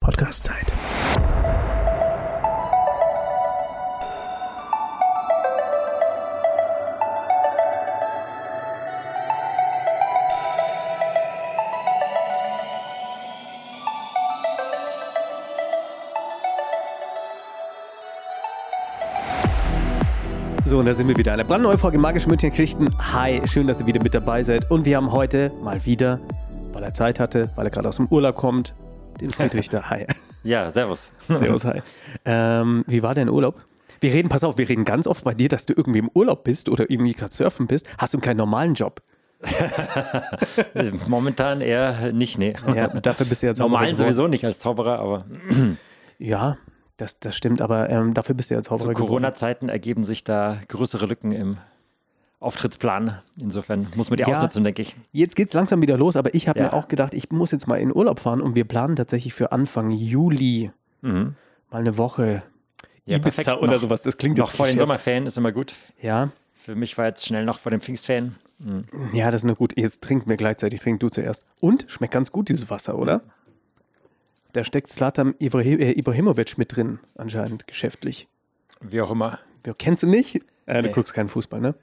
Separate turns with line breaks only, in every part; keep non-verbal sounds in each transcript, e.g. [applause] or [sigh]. Podcast-Zeit. So, und da sind wir wieder. Eine brandneue Folge Magische Münchner-Geschichten. Hi, schön, dass ihr wieder mit dabei seid. Und wir haben heute mal wieder, weil er Zeit hatte, weil er gerade aus dem Urlaub kommt, den Friedrich da.
[laughs]
Hi.
Ja, servus.
Servus, hi. Ähm, wie war dein Urlaub? Wir reden, pass auf, wir reden ganz oft bei dir, dass du irgendwie im Urlaub bist oder irgendwie gerade surfen bist. Hast du keinen normalen Job?
[laughs] Momentan eher nicht, nee.
Ja, dafür bist du ja Zauberer.
Normalen
geworden.
sowieso nicht als Zauberer, aber
Ja, das, das stimmt, aber ähm, dafür bist du ja Zauberer.
zu
geworden.
Corona-Zeiten ergeben sich da größere Lücken im Auftrittsplan. Insofern muss man die
Ja.
ausnutzen, denke ich.
Jetzt geht's langsam wieder los, aber ich habe
Ja.
mir auch gedacht, ich muss jetzt mal in Urlaub fahren und wir planen tatsächlich für Anfang Juli mal eine Woche
Ja,
Ibiza
perfekt.
oder
Noch-
sowas. Das klingt
Noch
jetzt
vor den
klischeehaft.
Sommerferien ist immer gut.
Ja,
Für mich war jetzt schnell noch vor dem Pfingstferien.
ja, das ist nur gut. Jetzt trinken wir gleichzeitig, trink du zuerst. Und schmeckt ganz gut dieses Wasser, oder? Da steckt Slatan Ibrahim, äh, Ibrahimovic mit drin, anscheinend geschäftlich.
Wie auch immer.
Wer kennst du nicht? Äh, Du
Nee.
guckst keinen Fußball, ne?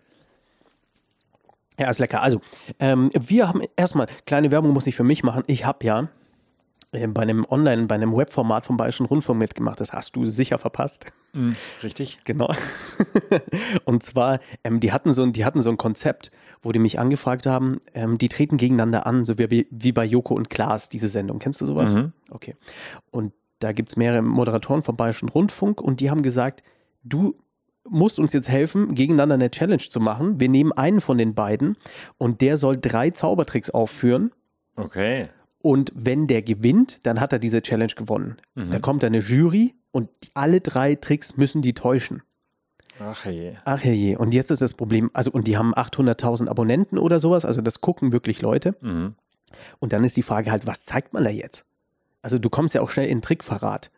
Ja, ist lecker. Also, ähm, wir haben erstmal, kleine Werbung muss ich für mich machen. Ich habe ja äh, bei einem Online, bei einem Webformat vom Bayerischen Rundfunk mitgemacht. Das hast du sicher verpasst.
Richtig?
Genau. [laughs] Und zwar, ähm, die, hatten so ein, die hatten so ein Konzept, wo die mich angefragt haben, ähm, die treten gegeneinander an, so wie, wie bei Joko und Klaas, diese Sendung. Kennst du sowas? Okay. Und da gibt es mehrere Moderatoren vom Bayerischen Rundfunk und die haben gesagt, du musst uns jetzt helfen, gegeneinander eine Challenge zu machen. Wir nehmen einen von den beiden und der soll drei Zaubertricks aufführen.
Okay.
Und wenn der gewinnt, dann hat er diese Challenge gewonnen. Da kommt eine Jury und die, alle drei Tricks müssen die täuschen.
Ach je.
Ach herrje, und jetzt ist das Problem, also und die haben 800.000 Abonnenten oder sowas, also das gucken wirklich Leute.
Mhm.
Und dann ist die Frage halt, was zeigt man da jetzt? Also du kommst ja auch schnell in Trickverrat.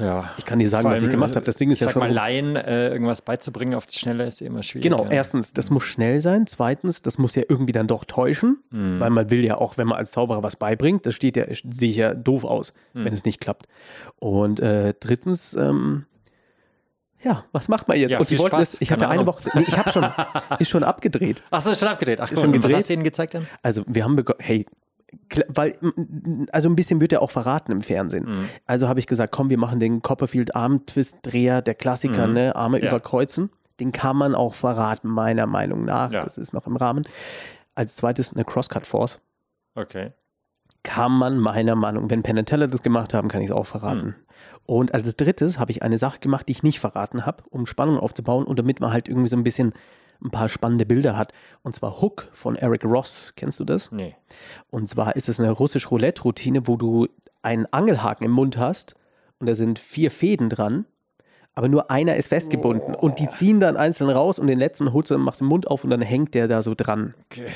Ja.
Ich kann dir sagen,
Vor
was ich
allem,
gemacht habe. Das Ding ist
ich
ja
sag
schon.
mal, Laien äh, irgendwas beizubringen auf die Schnelle ist immer schwierig.
genau,
ja.
erstens, das muss schnell sein. Zweitens, das muss ja irgendwie dann doch täuschen,
Mhm.
weil man will ja auch, wenn man als Zauberer was beibringt, das steht ja, sehe ich ja doof aus,
Mhm.
wenn es nicht klappt. Und äh, drittens, ähm, ja, was macht man jetzt?
Ja,
und die
viel
wollten
Spaß.
es, ich
Keine
hatte eine
Ahnung.
Woche, nee, ich habe schon,
[laughs]
ist schon abgedreht.
Ach so, schon abgedreht. Ach,
Ist schon
schon was
gedreht?
hast du ihnen gezeigt dann?
Also wir haben begonnen, hey, kl- weil, m- m- also ein bisschen wird er auch verraten im Fernsehen.
Mhm.
Also habe ich gesagt, komm, wir machen den Copperfield Arm-Twist-Dreher, der Klassiker, ne, Arme
Mhm. Ja.
überkreuzen. Den kann man auch verraten, meiner Meinung nach.
Ja.
Das ist noch im Rahmen. Als zweites eine Crosscut-Force.
Okay.
Kann man meiner Meinung nach, wenn Penn and Teller das gemacht haben, kann ich es auch
Mhm.
verraten. Und als drittes habe ich eine Sache gemacht, die ich nicht verraten habe, um Spannung aufzubauen und damit man halt irgendwie so ein bisschen ein paar spannende Bilder hat. Und zwar Hook von Eric Ross. Kennst du das?
Nee.
Und zwar ist es eine russisch Roulette-Routine, wo du einen Angelhaken im Mund hast und da sind vier Fäden dran, aber nur einer ist festgebunden und die ziehen dann einzeln raus und den letzten holst du und machst den Mund auf und dann hängt der da so dran.
Okay.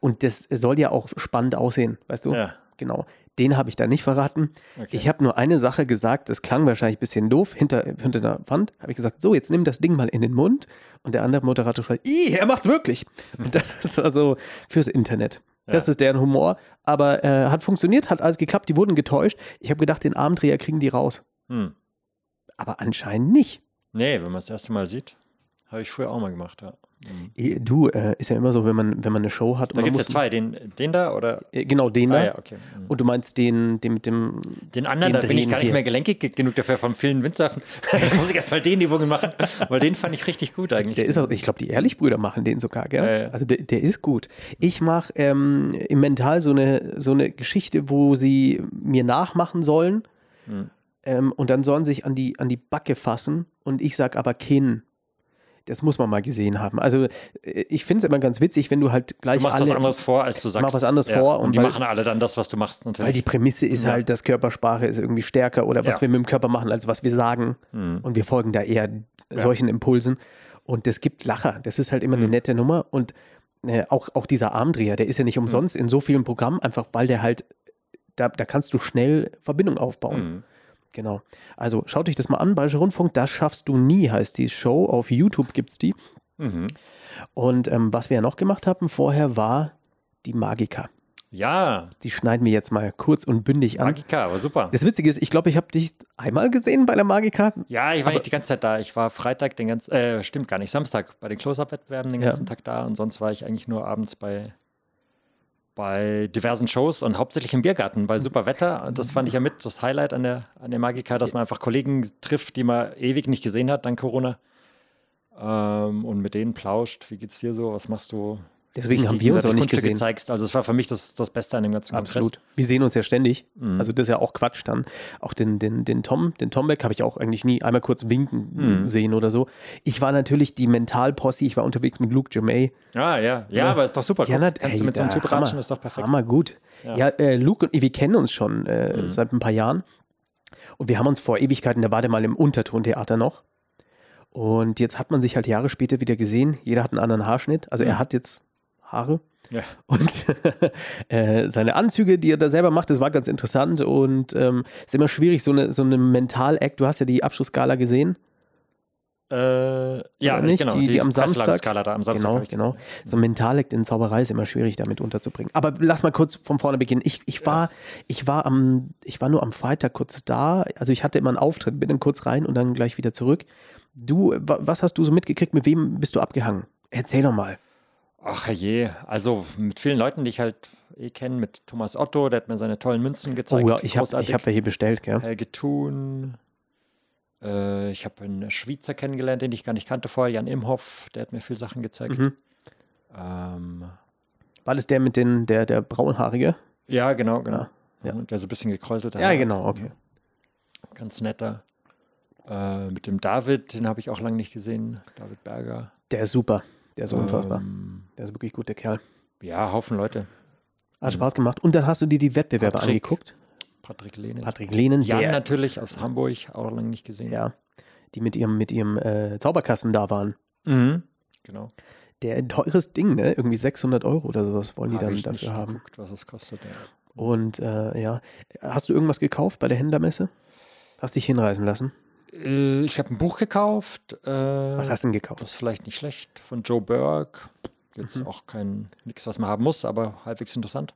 Und das soll ja auch spannend aussehen, weißt du?
Ja.
Genau. Den habe ich da nicht verraten.
Okay.
Ich habe nur eine Sache gesagt, das klang wahrscheinlich ein bisschen doof, hinter, hinter der Wand habe ich gesagt, so, jetzt nimm das Ding mal in den Mund. Und der andere Moderator schreit, ih, er macht's
[laughs]
wirklich. Und das war so fürs Internet. Das ist deren Humor. Aber äh, hat funktioniert, hat alles geklappt, die wurden getäuscht. Ich habe gedacht, den Armdreher kriegen die raus.
Hm.
Aber anscheinend nicht.
Nee, wenn man das erste Mal sieht, habe ich früher auch mal gemacht. Ja.
Eh, Du, äh, ist ja immer so, wenn man, wenn man eine Show hat. und
Da
man
gibt es ja
muss-
zwei, den, den da oder
Äh, Genau, den
Ah
da.
ja, okay. Mhm.
Und du meinst den, den mit dem
den anderen,
Den
da bin ich
drehen
gar nicht
wir.
mehr gelenkig ge- genug dafür vom vielen Windsurfen. [laughs] Da muss ich erstmal den Übungen machen, weil den fand ich richtig gut eigentlich.
Der ist auch, ich glaube, die Ehrlich-Brüder machen den sogar, gell?
Ja, ja.
Also der, der ist gut. Ich mache ähm, im Mental so eine, so eine Geschichte, wo sie mir nachmachen sollen
Hm.
ähm, und dann sollen sich an die, an die Backe fassen und ich sag aber Kinn. Das muss man mal gesehen haben. Also äh, ich finde es immer ganz witzig, wenn du halt gleich
du machst
alle,
was anderes vor, als du sagst.
was anderes vor
Und,
und
die
weil-
machen alle dann das, was du machst
Weil die
natürlich.
Prämisse ist
Ja.
halt, dass Körpersprache ist irgendwie stärker oder was
Ja.
wir mit dem Körper machen, als was wir sagen.
Hm.
Und wir folgen da eher solchen Impulsen. Und das gibt Lacher. Das ist halt immer
Mhm.
eine nette Nummer. Und äh, auch, auch dieser Armdreher, der ist ja nicht
Mhm.
umsonst in so vielen Programmen, einfach weil der halt, da, da kannst du schnell Verbindung aufbauen.
Mhm.
Genau. Also schaut euch das mal an, Bayerischer Rundfunk, das schaffst du nie, heißt die Show. Auf YouTube gibt's die.
Mhm.
Und ähm, was wir ja noch gemacht haben vorher war die Magica.
Ja,
Die schneiden wir jetzt mal kurz und bündig an.
Magica, aber super.
Das Witzige ist, ich glaube, ich habe dich einmal gesehen bei der Magica.
Ja, ich war nicht die ganze Zeit da. Ich war Freitag den ganzen, äh, stimmt gar nicht, Samstag bei den Close-Up-Wettbewerben den
Ja.
ganzen Tag da und sonst war ich eigentlich nur abends bei, bei diversen Shows und hauptsächlich im Biergarten bei super Wetter. Und das fand ich ja mit das Highlight an der, an der Magica, dass man einfach Kollegen trifft, die man ewig nicht gesehen hat, dank Corona. Ähm, und mit denen plauscht, wie geht's dir so, was machst du?
Deswegen
Sich
haben wir uns auch
gegenseitig
nicht
Kunststücke
gesehen.
Zeigst. Also es war für mich das, das Beste an dem ganzen Kongress.
Absolut. Wir sehen uns ja ständig. Also das ist ja auch Quatsch dann. Auch den, den, den Tom, den Tombeck habe ich auch eigentlich nie einmal kurz winken sehen oder so. Ich war natürlich die Mentalposse, ich war unterwegs mit Luke Germay.
Ja, ja, ja, aber ist doch super.
Ja,
Guck,
na-
Kannst
ey,
du mit so einem
äh,
Typ
Hammer.
ratschen, ist doch perfekt. Mhm.
Hammer gut. Ja, äh, Luke und wir kennen uns schon äh, seit ein paar Jahren. Und wir haben uns vor Ewigkeiten, da war der mal im Untertontheater noch. Und jetzt hat man sich halt Jahre später wieder gesehen. Jeder hat einen anderen Haarschnitt. Also er hat jetzt Haare.
Mhm. Ja.
[laughs] Und äh, seine Anzüge, die er da selber macht, das war ganz interessant. Und ähm, ist immer schwierig, so eine, so eine Mental-Act. Du hast ja die Abschlussgala gesehen.
Äh, ja,
Oder nicht?
genau.
Die- die am Samstag.
Kreislaufskala da am Samstag.
Genau,
hab ich
genau.
gesehen.
So Mentalekt in Zauberei ist immer schwierig, damit unterzubringen. Aber lass mal kurz von vorne beginnen. Ich, ich war, ich war am, ich war nur am Freitag kurz da. Also ich hatte immer einen Auftritt, bin dann kurz rein und dann gleich wieder zurück. Du, wa- was hast du so mitgekriegt? Mit wem bist du abgehangen? Erzähl doch mal.
Ach je, also mit vielen Leuten, die ich halt eh kenne, mit Thomas Otto, der hat mir seine tollen Münzen gezeigt.
Oh ja, ich habe
großartig.
ich hab welche bestellt, gell?
Helge Thun. Äh, ich habe einen Schweizer kennengelernt, den ich gar nicht kannte vorher, Jan Imhoff, der hat mir viele Sachen gezeigt.
Mhm.
Ähm,
War das der mit den, der, der braunhaarige?
ja, genau, genau.
Ah, Ja, ja.
Und Der so ein bisschen gekräuselt
Ja, genau, okay.
Ganz netter. Äh, mit dem David, den habe ich auch lange nicht gesehen. David Berger.
Der ist super. Der ist unfassbar.
Ähm,
Der ist wirklich gut, der Kerl.
ja, Haufen Leute.
Hat Spaß gemacht. Und dann hast du dir die Wettbewerbe
Patrick.
angeguckt.
Patrick Lehnen.
Patrick Lehnen,
Jan
der
natürlich aus Hamburg, auch lange nicht gesehen.
Ja, die mit ihrem, mit ihrem äh, Zauberkasten da waren.
Mhm. Genau.
Der ein teures Ding, ne? Irgendwie 600 Euro oder sowas wollen die
Hab
dann
ich nicht
dafür haben.
Geguckt, was es kostet. Ja.
Und äh, ja, hast du irgendwas gekauft bei der Händlermesse? Hast dich hinreißen lassen?
Äh, Ich habe ein Buch gekauft. Äh,
Was
was
hast du denn gekauft?
Das ist vielleicht nicht schlecht. Von Joe Berg. Jetzt
Mhm.
auch kein nichts, was man haben muss, aber halbwegs interessant.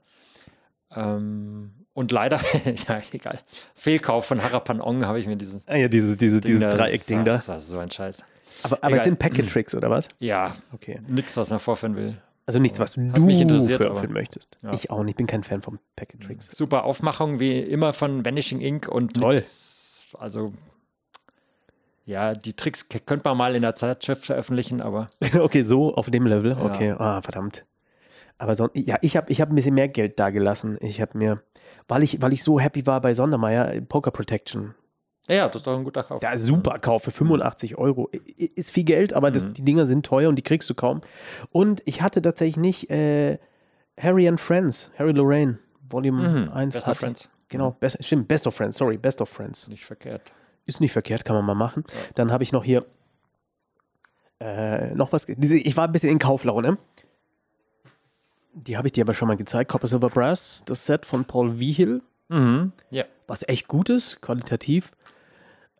Ähm, und leider, [laughs] ja, egal. Fehlkauf von Harapan Ong habe ich mir dieses,
Ah ja, dieses, diese,
Ding
dieses
das-
Dreieckding da.
Das war so ein Scheiß.
Aber, aber es
Egal.
sind Packet-Tricks oder was?
Ja,
Okay.
nichts, was man vorführen will.
Also nichts, was
Hat
du
mich interessiert,
für,
aber-
für möchtest.
Ja.
Ich auch nicht, bin kein Fan von Packet-Tricks.
Super Aufmachung wie immer von Vanishing Inc. und
Toll.
nix, also ja, die Tricks k- könnte man mal in der Zeitschrift veröffentlichen, aber
[laughs] okay, so auf dem Level. Okay, ah, verdammt. Aber son ja, ich habe ich hab ein bisschen mehr Geld da gelassen. Ich habe mir, weil ich, weil ich so happy war bei Sondermeier, äh, Poker Protection
ja, das ist doch ein guter Kauf.
Ja, super Kauf für 85 Euro. I- i- Ist viel Geld, aber das,
Mhm.
die Dinger sind teuer und die kriegst du kaum. Und ich hatte tatsächlich nicht äh, Harry and Friends, Harry Lorraine, Volume
Mhm.
1.
Best of
hatte-
Friends. Mhm.
Genau, best, stimmt, Best of Friends, sorry, Best of Friends.
Nicht verkehrt.
Ist nicht verkehrt, kann man mal machen. Dann habe ich noch hier äh, noch was. ge- Diese, ich war ein bisschen in Kauflaune. Die habe ich dir aber schon mal gezeigt. Copper Silver Brass, das Set von Paul Wiehel,
Mhm. Ja,
was echt gut ist, qualitativ.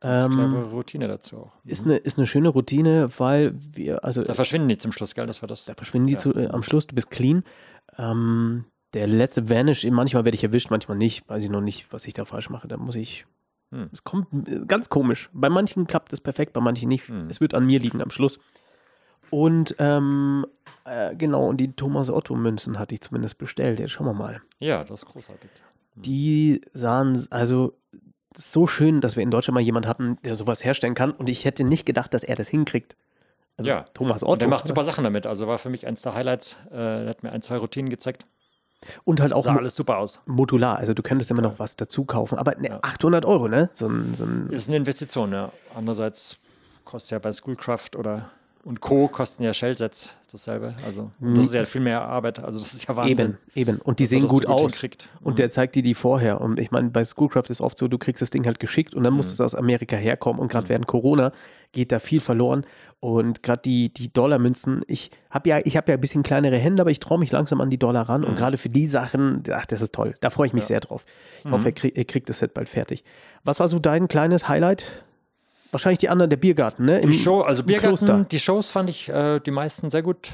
Ähm,
ich glaube, Routine dazu auch.
Ist eine, ist eine schöne Routine, weil wir, also
Da
da
verschwinden die zum Schluss, gell? Das war das.
verschwinden die
ja.
zu, äh, am Schluss, du bist clean. Ähm, der letzte Vanish, manchmal werde ich erwischt, manchmal nicht. Weiß ich noch nicht, was ich da falsch mache. Da muss ich.
Hm.
Es kommt äh, ganz komisch. Bei manchen klappt es perfekt, bei manchen nicht.
Hm.
Es wird an mir liegen am Schluss. Und ähm, äh, genau, und die Thomas Otto-Münzen hatte ich zumindest bestellt. Jetzt schauen wir mal.
Ja, das ist großartig.
Die sahen also so schön, dass wir in Deutschland mal jemanden hatten, der sowas herstellen kann. Und ich hätte nicht gedacht, dass er das hinkriegt. Also
Ja.
Thomas Otto.
Und der macht super Sachen damit. Also war für mich eins der Highlights. Äh, er hat mir ein, zwei Routinen gezeigt.
Und halt auch
Sah
mo-
alles super aus.
modular. Also du könntest immer noch was dazu kaufen. Aber ne,
Ja.
800 Euro, ne? So ein, so ein
Ist eine Investition, ja. Andererseits kostet ja bei Schoolcraft oder und Co. kosten ja Shellsets dasselbe. Also das ist ja viel mehr Arbeit. Also das ist ja Wahnsinn.
Mhm. eben, eben. Und die
man
sehen
das Mhm.
gut
so gut
aus.
hinkriegt.
Und der zeigt dir die vorher. Und ich meine, bei Schoolcraft ist oft so, du kriegst das Ding halt geschickt und dann
Mhm.
muss es aus Amerika herkommen. Und gerade während Corona geht da viel verloren. Und gerade die, die Dollarmünzen, ich habe ja, ich hab ja ein bisschen kleinere Hände, aber ich traue mich langsam an die Dollar ran.
Mhm.
Und gerade für die Sachen, ach, das ist toll. Da freue ich mich sehr drauf. Ich
Mhm.
hoffe, er, krieg, er kriegt das Set bald fertig. Was war so dein kleines Highlight? Wahrscheinlich die anderen, der Biergarten, ne? Im-
Die Show, also
im
Biergarten,
Kloster.
die Shows fand ich äh, die meisten sehr gut.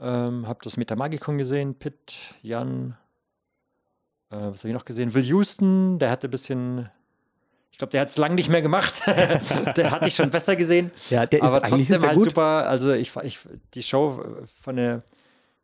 Ähm, hab das mit der Magikon gesehen, Pitt, Jan, Äh, was habe ich noch gesehen? Will Houston, der hatte ein bisschen. Ich glaube, der hat es lange nicht mehr gemacht. [laughs] der hatte ich schon besser gesehen.
Ja, der ist
aber
eigentlich
trotzdem
ist der
halt
gut.
super. Also ich, ich die Show äh, von der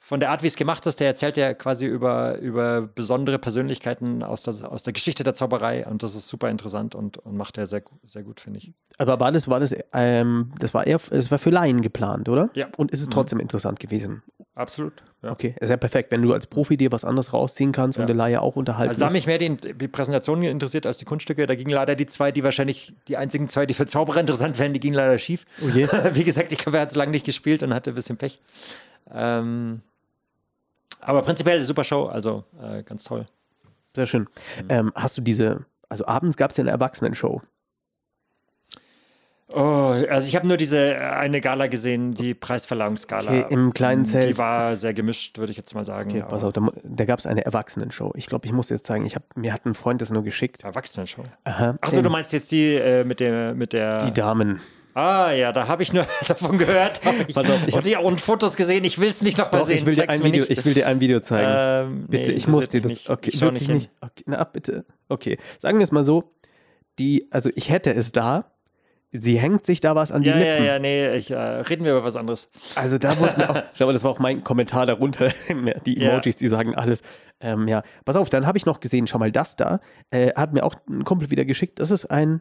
von der Art, wie es gemacht ist, der erzählt ja quasi über, über besondere Persönlichkeiten aus der, aus der Geschichte der Zauberei und das ist super interessant und, und macht er sehr, gu- sehr gut, finde ich.
Aber war das, war das, ähm, das war eher, das war für Laien geplant, oder?
Ja. Mhm.
Und ist es trotzdem interessant gewesen?
Absolut. Ja.
Okay, ist ja perfekt, wenn du als Profi dir was anderes rausziehen kannst und
Ja.
der Laie auch unterhalten
Also da haben
ist.
mich mehr die, die Präsentationen interessiert als die Kunststücke. Da gingen leider die zwei, die wahrscheinlich die einzigen zwei, die für Zauberer interessant wären, die gingen leider schief. [laughs]
Oh je.
Wie gesagt, ich glaube, er hat so lange nicht gespielt und hatte ein bisschen Pech. Ähm, aber prinzipiell super Show, also äh, ganz toll.
Sehr schön.
Mhm.
Ähm, hast du diese, also abends gab es ja eine Erwachsenenshow.
Oh, also ich habe nur diese eine Gala gesehen, die Preisverleihungsgala.
Okay, im kleinen
Die
Zelt.
war sehr gemischt, würde ich jetzt mal sagen.
Okay, pass auf, da, mu- da gab es eine Erwachsenenshow. Ich glaube, ich muss jetzt zeigen, ich hab, mir hat ein Freund das nur geschickt.
Erwachsenenshow.
Aha.
Achso,
Ähm,
du meinst jetzt die äh, mit der mit der.
die Damen.
ah ja, da habe ich nur [laughs] davon gehört. hab
[laughs]
Ich,
Pass auf, ich
und,
hab-
die, und Fotos gesehen. Ich will es nicht nochmal
Doch,
sehen.
ich, will dir
zeig's
ein
mir
Video,
nicht.
ich will dir ein Video zeigen.
Ähm,
Bitte,
nee,
ich muss dir das.
interessiert mich nicht.
Okay,
ich schau
wirklich
nicht.
nicht. Okay, na, bitte. Okay, sagen wir es mal so. Die, also ich hätte es da. Sie hängt sich da was an die
Ja, ja,
Lippen.
ja, nee, ich, äh, reden wir über was anderes.
Also da wurden
[laughs]
auch, ich glaube, das war auch mein Kommentar darunter, [laughs] die
Ja.
Emojis, die sagen alles. Ähm, ja, pass auf, dann habe ich noch gesehen, schau mal, das da äh, hat mir auch ein Kumpel wieder geschickt. Das ist ein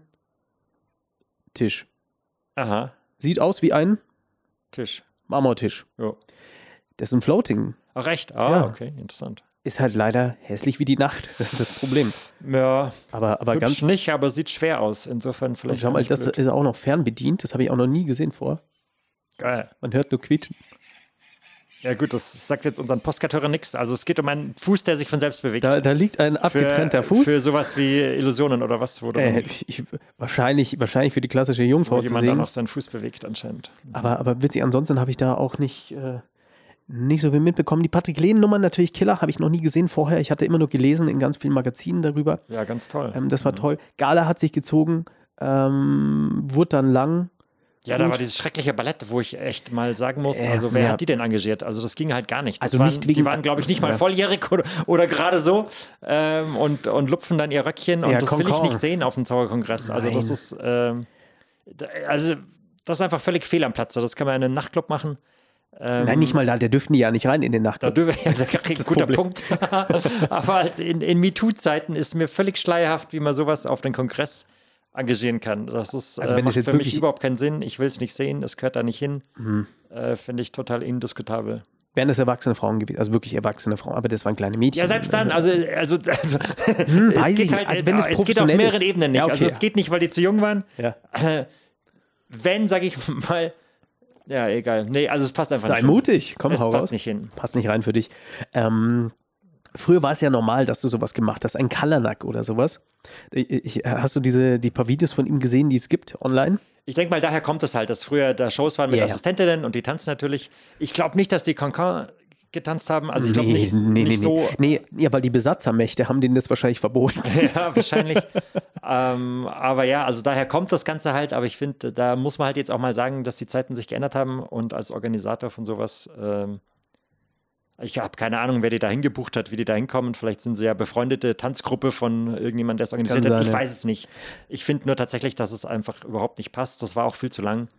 Tisch.
Aha,
Sieht aus wie ein
Tisch.
Marmortisch.
Jo.
Das ist ein Floating.
Ach, recht. Ah,
Ja.
okay, interessant.
Ist halt leider hässlich wie die Nacht. [laughs] Das ist das Problem.
Ja,
Aber, aber
hübsch
ganz
nicht, aber sieht schwer aus. Insofern
Und
vielleicht.
schau
gar
mal,
nicht
das
blöd.
ist auch noch fernbedient. Das habe ich auch noch nie gesehen vor.
Geil.
Man hört nur quietschen.
Ja, gut, das sagt jetzt unseren Postkarteuren nichts. Also, es geht um einen Fuß, der sich von selbst bewegt.
Da, da liegt ein
Für-
abgetrennter Fuß.
Für sowas wie Illusionen oder was, wo,
äh,
dann,
ich, wahrscheinlich, wahrscheinlich für die klassische
wo
Jungfrau zu
jemand dann
sehen.
auch seinen Fuß bewegt, anscheinend.
Aber, aber witzig, ansonsten habe ich da auch nicht, äh, nicht so viel mitbekommen. Die Patrick Lehnen-Nummer natürlich Killer, habe ich noch nie gesehen vorher. Ich hatte immer nur gelesen in ganz vielen Magazinen darüber.
Ja, ganz toll.
Ähm, das war toll. Gala hat sich gezogen, ähm, wurde dann lang.
ja, da
gut.
war dieses schreckliche Ballett, wo ich echt mal sagen muss,
Äh,
also wer
ja.
hat die denn engagiert? Also das ging halt gar nicht. Das
Also
waren,
nicht wegen-
die waren, glaube ich, nicht mal
Ja.
volljährig oder, oder gerade so ähm, und, und lupfen dann ihr Röckchen und
Ja,
das
Kong
will ich
Kong.
nicht sehen auf dem Zauberkongress. Also das
Nein.
ist, ähm, da- also das ist einfach völlig fehl am Platz. Das kann man in einem Nachtclub machen. Ähm,
Nein, nicht mal da, der dürften die ja nicht rein in den Nacht.
Da dürfen wir, das ist ein
das
guter
Problem.
Punkt. [laughs] Aber als in, in MeToo-Zeiten ist mir völlig schleierhaft, wie man sowas auf den Kongress engagieren kann. Das ist
Also
äh,
wenn das
macht
jetzt
für mich
wirklich- Mhm.
überhaupt keinen Sinn. Ich will es nicht sehen, es gehört da nicht hin. Äh, Finde ich total indiskutabel.
Wären das erwachsene Frauen gewesen, also wirklich erwachsene Frauen, aber das waren kleine Mädchen.
Ja, selbst dann, also, also, [laughs]
weiß
also es,
ich
geht
nicht.
halt,
Also wenn es
es geht auf
professionell
mehreren
ist.
Ebenen nicht.
Ja, okay.
Also es geht nicht, weil die zu jung waren.
Ja.
Wenn, sage ich mal, ja, egal. Nee, also es passt einfach
Sei
nicht. hin.
mutig, komm,
Es
hau
passt
raus.
nicht hin.
Passt nicht rein für dich. Ähm, früher war es ja normal, dass du sowas gemacht hast, ein Kalanak oder sowas. Äh, Ich, ich- hast du diese, die paar Videos von ihm gesehen, die es gibt online?
Ich denke mal, daher kommt es halt, dass früher da Shows waren mit
Ja, ja.
Assistentinnen und die tanzen natürlich. Ich glaube nicht, dass die Cancan getanzt haben. Also ich glaube nicht,
nee,
nicht
nee,
so. [laughs]
nee. Nee, ja, weil die Besatzermächte haben denen das wahrscheinlich verboten.
Ja, wahrscheinlich. ähm, aber ja, also daher kommt das Ganze halt. Aber ich finde, da muss man halt jetzt auch mal sagen, dass die Zeiten sich geändert haben und als Organisator von sowas. Ähm, ich habe keine Ahnung, wer die da hingebucht hat, wie die da hinkommen. Vielleicht sind sie ja befreundete Tanzgruppe von irgendjemand, der es organisiert
Kann
hat.
sein,
Ich
ja.
weiß es nicht. Ich finde nur tatsächlich, dass es einfach überhaupt nicht passt. Das war auch viel zu lang.
[laughs]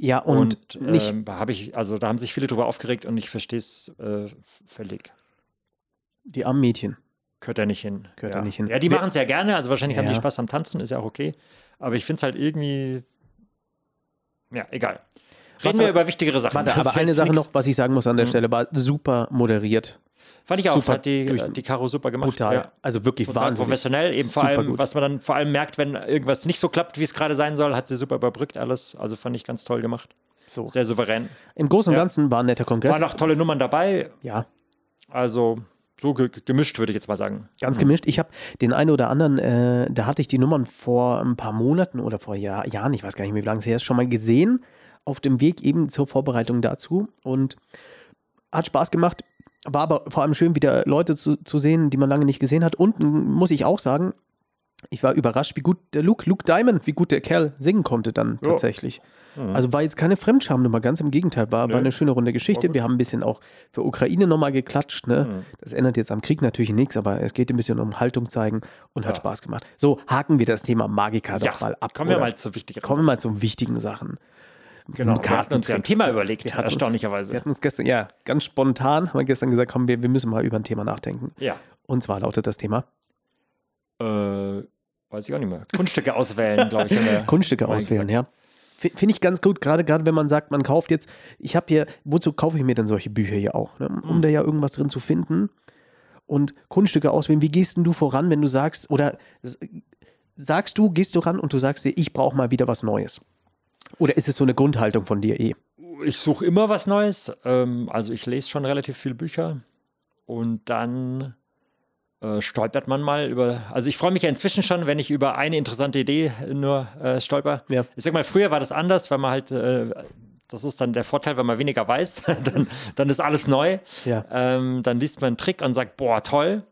Ja, und, äh,
Und,
nicht.
ähm, habe ich, also da haben sich viele drüber aufgeregt und ich verstehe es äh, f- völlig.
die armen Mädchen.
Gehört da nicht hin.
Gehört
ja.
da nicht hin.
Ja, die
Wir-
machen es ja gerne, also wahrscheinlich haben
Ja.
die Spaß am Tanzen, ist ja auch okay. Aber ich finde es halt irgendwie. Ja, egal. Reden
Was
wir
aber-
über wichtigere Sachen.
Warte,
Das
aber
ist
eine
jetzt
Sache
nix-
noch, was ich sagen muss an der Stelle, war super moderiert.
Fand ich auch,
super
hat die,
durch-
äh, die Caro super gemacht.
Brutal.
Ja.
Also wirklich
Total
wahnsinnig.
professionell, eben vor
Super
allem,
gut.
was man dann vor allem merkt, wenn irgendwas nicht so klappt, wie es gerade sein soll, hat sie super überbrückt alles. Also fand ich ganz toll gemacht.
So.
Sehr souverän.
Im Großen und
Ja.
Ganzen war ein netter Kongress.
Waren auch tolle Nummern dabei,
Ja,
Also so ge ge- gemischt, würde ich jetzt mal sagen.
Ganz gemischt. Ich habe den einen oder anderen, äh, da hatte ich die Nummern vor ein paar Monaten oder vor Jahr, Jahren, ich weiß gar nicht mehr, wie lange es her ist, schon mal gesehen, auf dem Weg eben zur Vorbereitung dazu. Und hat Spaß gemacht. War aber vor allem schön, wieder Leute zu, zu sehen, die man lange nicht gesehen hat. Und m, muss ich auch sagen, ich war überrascht, wie gut der Luke, Luke Diamond, wie gut der Kerl singen konnte dann
Ja.
tatsächlich.
Mhm.
Also war jetzt keine Fremdschamnummer, ganz im Gegenteil, war, war
Nö.
eine schöne runde
War
Geschichte.
gut.
Wir haben ein bisschen auch für Ukraine nochmal geklatscht. Ne?
Mhm.
Das ändert jetzt am Krieg natürlich nichts, aber es geht ein bisschen um Haltung zeigen und hat
Ja.
Spaß gemacht. So, haken wir das Thema Magica
ja,
doch mal ab.
kommen wir
oder?
mal zu wichtigeren
kommen wir mal zu wichtigen Sachen.
Genau, wir hatten uns ja ein
Kartentricks.
Thema überlegt,
Wir hatten uns-
erstaunlicherweise.
Wir hatten uns gestern, ja, ganz spontan haben wir gestern gesagt, komm, wir, wir müssen mal über ein Thema nachdenken.
Ja.
Und zwar lautet das Thema
Äh, weiß ich auch nicht mehr. Kunststücke auswählen, glaube ich.
[laughs]
haben wir-
Kunststücke
haben wir
auswählen,
gesagt.
ja. F- Finde ich ganz gut, gerade gerade wenn man sagt, man kauft jetzt, ich habe hier, wozu kaufe ich mir denn solche Bücher hier auch? Ne? Um
Mhm.
da ja irgendwas drin zu finden. Und Kunststücke auswählen, wie gehst denn du voran, wenn du sagst, oder s- sagst du, gehst du ran und du sagst dir, ich brauche mal wieder was Neues? Oder ist es so eine Grundhaltung von dir eh?
Ich suche immer was Neues. Ähm, also ich lese schon relativ viele Bücher und dann äh, stolpert man mal über. Also ich freue mich ja inzwischen schon, wenn ich über eine interessante Idee nur äh, stolper.
Ja.
Ich sag mal, früher war das anders, weil man halt, äh, das ist dann der Vorteil, wenn man weniger weiß, [laughs] dann, dann ist alles neu.
Ja.
Ähm, dann liest man einen Trick und sagt, boah, toll.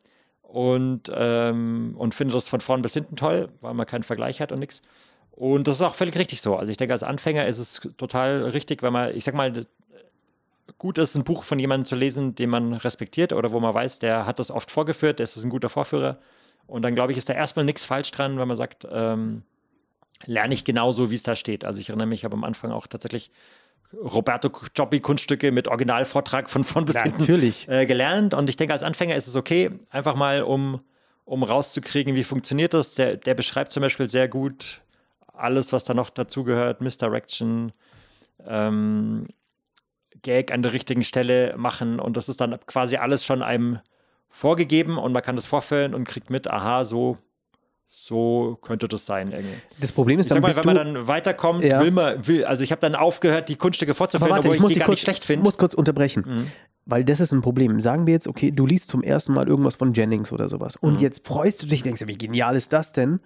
Und, ähm, und findet das von vorn bis hinten toll, weil man keinen Vergleich hat und nichts. Und das ist auch völlig richtig so. Also ich denke, als Anfänger ist es total richtig, wenn man, ich sag mal, gut ist, ein Buch von jemandem zu lesen, den man respektiert oder wo man weiß, der hat das oft vorgeführt, der ist ein guter Vorführer. Und dann, glaube ich, ist da erstmal nichts falsch dran, wenn man sagt, ähm, lerne ich genauso, wie es da steht. Also ich erinnere mich, ich habe am Anfang auch tatsächlich Roberto Joppi Kunststücke mit Originalvortrag von vorn bis hinten
Natürlich.
äh, gelernt. Und ich denke, als Anfänger ist es okay, einfach mal, um, um rauszukriegen, wie funktioniert das. Der, der beschreibt zum Beispiel sehr gut alles, was da noch dazugehört, Misdirection, ähm, Gag an der richtigen Stelle machen. Und das ist dann quasi alles schon einem vorgegeben und man kann das vorfüllen und kriegt mit, aha, so, so könnte das sein irgendwie.
Das Problem ist,
Ich sag
dann
mal,
bist
wenn
du.
man dann weiterkommt,
Ja.
will man, will, also ich habe dann aufgehört, die Kunststücke
Aber
vorzuführen,
warte,
obwohl
ich
ich,
muss,
die
dich
gar
kurz,
nicht schlecht Mhm. finde.
muss kurz unterbrechen, weil das ist ein Problem. Sagen wir jetzt, okay, du liest zum ersten Mal irgendwas von Jennings oder sowas und jetzt freust du dich, denkst du, wie genial ist das denn?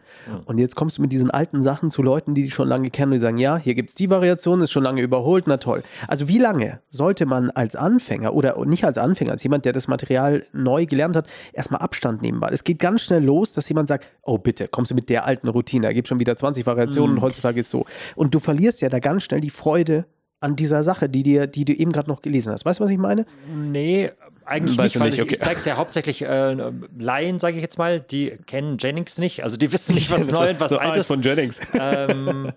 Und jetzt kommst du mit diesen alten Sachen zu Leuten, die dich schon lange kennen und die sagen, ja, hier gibt es die Variation, ist schon lange überholt, na toll. Also wie lange sollte man als Anfänger oder nicht als Anfänger, als jemand, der das Material neu gelernt hat, erstmal Abstand nehmen? Weil es geht ganz schnell los, dass jemand sagt, oh bitte, kommst du mit der alten Routine, da gibt schon wieder 20 Variationen und heutzutage ist so. Und du verlierst ja da ganz schnell die Freude an dieser Sache, die, dir, die du eben gerade noch gelesen hast. Weißt du, was ich meine?
Nee, eigentlich
Weißt
nicht,
du
weil
nicht,
ich,
okay.
ich zeige es ja hauptsächlich äh, Laien, sage ich jetzt mal, die kennen Jennings nicht. Also die
[laughs]
wissen nicht, [laughs] was
Das
neu
ist
und was
so
alt
eins
ist.
von Jennings.
ähm,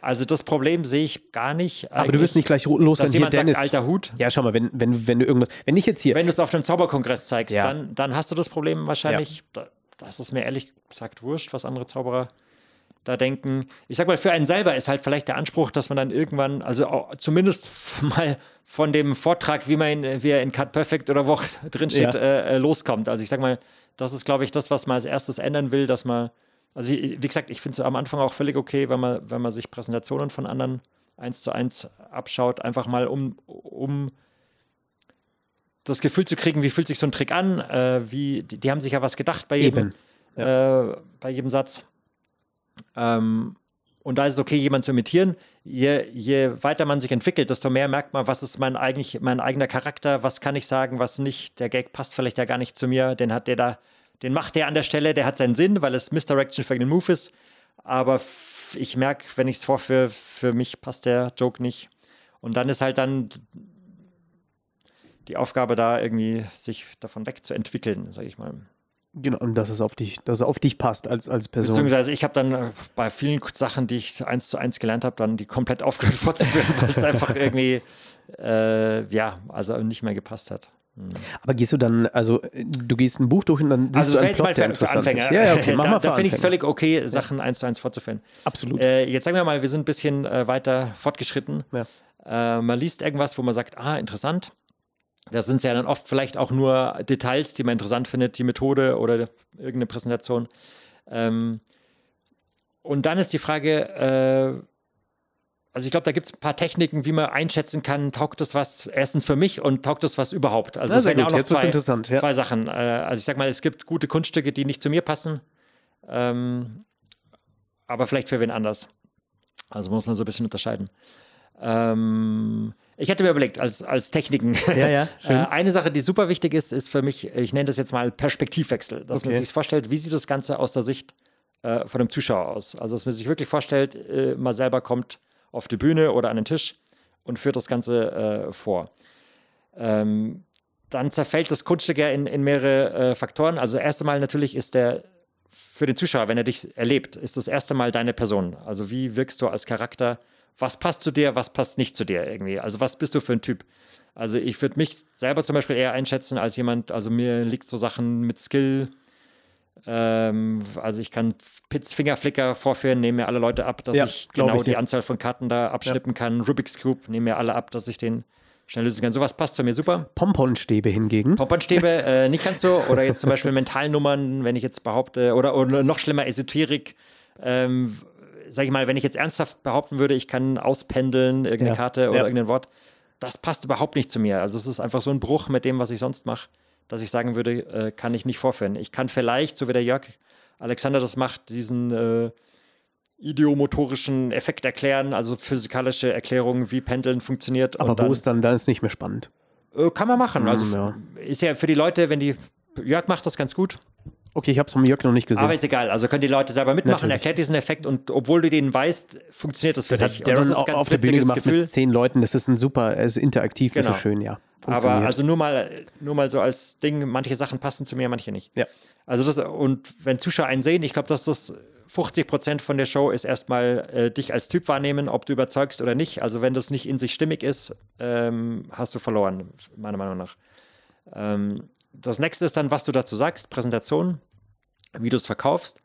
also das Problem sehe ich gar nicht.
Aber du wirst nicht gleich ro- los,
dass
wenn hier
jemand
Dennis.
sagt, alter Hut.
Ja, schau mal, wenn, wenn, wenn du irgendwas. Wenn ich jetzt hier.
Wenn du es auf einem Zauberkongress zeigst,
Ja.
dann, dann hast du das Problem wahrscheinlich. Da, das ist mir ehrlich gesagt wurscht, was andere Zauberer da denken. Ich sag mal, für einen selber ist halt vielleicht der Anspruch, dass man dann irgendwann, also au- zumindest [laughs] f- mal von dem Vortrag, wie man ihn, wie er in Cut Perfect oder wo auch [laughs] drin steht,
Ja.
äh, äh, loskommt. Also ich sag mal, das ist, glaube ich, das, was man als erstes ändern will, dass man, also ich, wie gesagt, ich finde es am Anfang auch völlig okay, wenn man, wenn man sich Präsentationen von anderen eins zu eins abschaut, einfach mal um, um das Gefühl zu kriegen, wie fühlt sich so ein Trick an, äh, wie, die, die haben sich ja was gedacht bei jedem,
Eben.
äh, bei jedem Satz. Ähm, und da ist es okay, jemanden zu imitieren. Je, je weiter man sich entwickelt, desto mehr merkt man, was ist mein, eigentlich, mein eigener Charakter, was kann ich sagen, was nicht. Der Gag passt vielleicht ja gar nicht zu mir, den hat der da, den macht der an der Stelle, der hat seinen Sinn, weil es Misdirection für den Move ist. Aber f- ich merke, wenn ich es vorführe, für mich passt der Joke nicht. Und dann ist halt dann die Aufgabe da, irgendwie sich davon wegzuentwickeln, sage ich mal.
Genau, und dass es auf dich, dass es auf dich passt als, als Person.
Beziehungsweise ich habe dann äh, bei vielen Sachen, die ich eins zu eins gelernt habe, dann die komplett [laughs] aufgehört vorzuführen, weil es einfach irgendwie, äh, ja, also nicht mehr gepasst hat.
Aber gehst du dann, also äh, du gehst ein Buch durch und dann siehst
Also
du
das wäre
einen
jetzt mal
Plot, der
für, für
interessant
Anfänger.
ist. Ja, ja,
[laughs]
okay, mach
da
mal für
da finde ich es
Anfänger.
völlig okay, Sachen eins zu eins vorzuführen.
Absolut.
Äh, jetzt sagen wir mal, wir sind ein bisschen äh, weiter fortgeschritten.
Ja.
Äh, man liest irgendwas, wo man sagt, ah, interessant. Das sind ja dann oft vielleicht auch nur Details, die man interessant findet, die Methode oder irgendeine Präsentation. Ähm, und dann ist die Frage, äh, also ich glaube, da gibt es ein paar Techniken, wie man einschätzen kann, taugt das was erstens für mich und taugt das was überhaupt. Also
Na,
es
sehr
wären ja
gut.
auch noch
Jetzt wird's
zwei,
interessant, ja.
zwei Sachen. Äh, also ich sag mal, es gibt gute Kunststücke, die nicht zu mir passen, ähm, aber vielleicht für wen anders. Also muss man so ein bisschen unterscheiden. Ähm, ich hätte mir überlegt, als, als Techniken.
Ja,
[laughs]
ja,
Äh, eine Sache, die super wichtig ist, ist für mich, ich nenne das jetzt mal Perspektivwechsel, dass man
Okay.
sich vorstellt, wie sieht das Ganze aus der Sicht äh, von dem Zuschauer aus. Also, dass man sich wirklich vorstellt, äh, man selber kommt auf die Bühne oder an den Tisch und führt das Ganze äh, vor. Ähm, dann zerfällt das Kunststück ja in, in mehrere äh, Faktoren. Also, erst einmal natürlich ist der für den Zuschauer, wenn er dich erlebt, ist das erste Mal deine Person. Also, wie wirkst du als Charakter? Was passt zu dir, was passt nicht zu dir irgendwie? Also, was bist du für ein Typ? Also, ich würde mich selber zum Beispiel eher einschätzen als jemand, also mir liegt so Sachen mit Skill. Ähm, also, ich kann Pits, Fingerflicker vorführen, nehme mir alle Leute ab, dass
Ja,
ich
glaub
genau
ich
die
dir.
Anzahl von Karten da abschnippen kann. Rubik's Cube, nehme mir alle ab, dass ich den schnell lösen kann. Sowas passt zu mir super.
Pomponstäbe hingegen.
Pompernstäbe äh, nicht ganz so. Oder jetzt zum Beispiel Mentalnummern, wenn ich jetzt behaupte, oder, oder noch schlimmer, Esoterik. Ähm, sag ich mal, wenn ich jetzt ernsthaft behaupten würde, ich kann auspendeln, irgendeine
Ja,
Karte oder
ja.
irgendein Wort, das passt überhaupt nicht zu mir. Also es ist einfach so ein Bruch mit dem, was ich sonst mache, dass ich sagen würde, äh, kann ich nicht vorführen. Ich kann vielleicht, so wie der Jörg Alexander das macht, diesen äh, ideomotorischen Effekt erklären, also physikalische Erklärungen, wie Pendeln funktioniert.
aber
und dann,
wo ist dann, dann ist nicht mehr spannend.
äh, kann man machen. Also
Mm, ja.
ist ja für die Leute, wenn die. Jörg macht das ganz gut,
Okay, ich habe es vom Jörg noch nicht gesehen.
aber ist egal. Also können die Leute selber mitmachen,
Natürlich.
erklärt diesen Effekt und obwohl du den weißt, funktioniert das für
das
dich.
hat
Und das
Darren
ist ein
au-
ganz
auf der Bühne
witziges
gemacht
Gefühl.
mit zehn Leuten. Das ist ein super, es ist interaktiv, das
Genau.
ist schön, ja.
Aber also nur mal, nur mal so als Ding, manche Sachen passen zu mir, manche nicht.
ja.
Also das, und wenn Zuschauer einen sehen, ich glaube, dass das 50 Prozent von der Show ist erstmal äh, dich als Typ wahrnehmen, ob du überzeugst oder nicht. Also wenn das nicht in sich stimmig ist, ähm, hast du verloren, meiner Meinung nach. Ähm, das nächste ist dann, was du dazu sagst, Präsentation, wie du es verkaufst.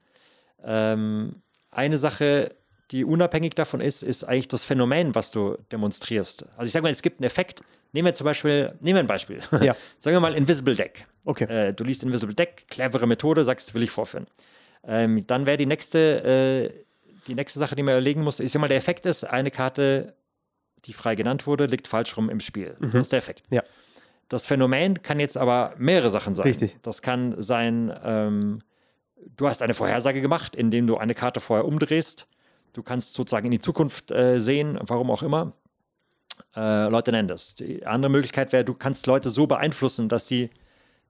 Ähm, eine Sache, die unabhängig davon ist, ist eigentlich das Phänomen, was du demonstrierst. Also ich sage mal, es gibt einen Effekt. Nehmen wir zum Beispiel, nehmen wir ein Beispiel.
Ja.
[laughs] sagen wir mal Invisible Deck.
Okay.
Äh, du liest Invisible Deck, clevere Methode, sagst, will ich vorführen. Ähm, dann wäre die nächste, äh, die nächste Sache, die man überlegen muss, ist ja mal der Effekt ist, eine Karte, die frei genannt wurde, liegt falsch rum im Spiel. Das ist der Effekt.
Mhm. Ja.
Das Phänomen kann jetzt aber mehrere Sachen sein.
Richtig.
Das kann sein, ähm, du hast eine Vorhersage gemacht, indem du eine Karte vorher umdrehst. Du kannst sozusagen in die Zukunft äh, sehen, warum auch immer. Äh, Leute nennen das. Die andere Möglichkeit wäre, du kannst Leute so beeinflussen, dass sie,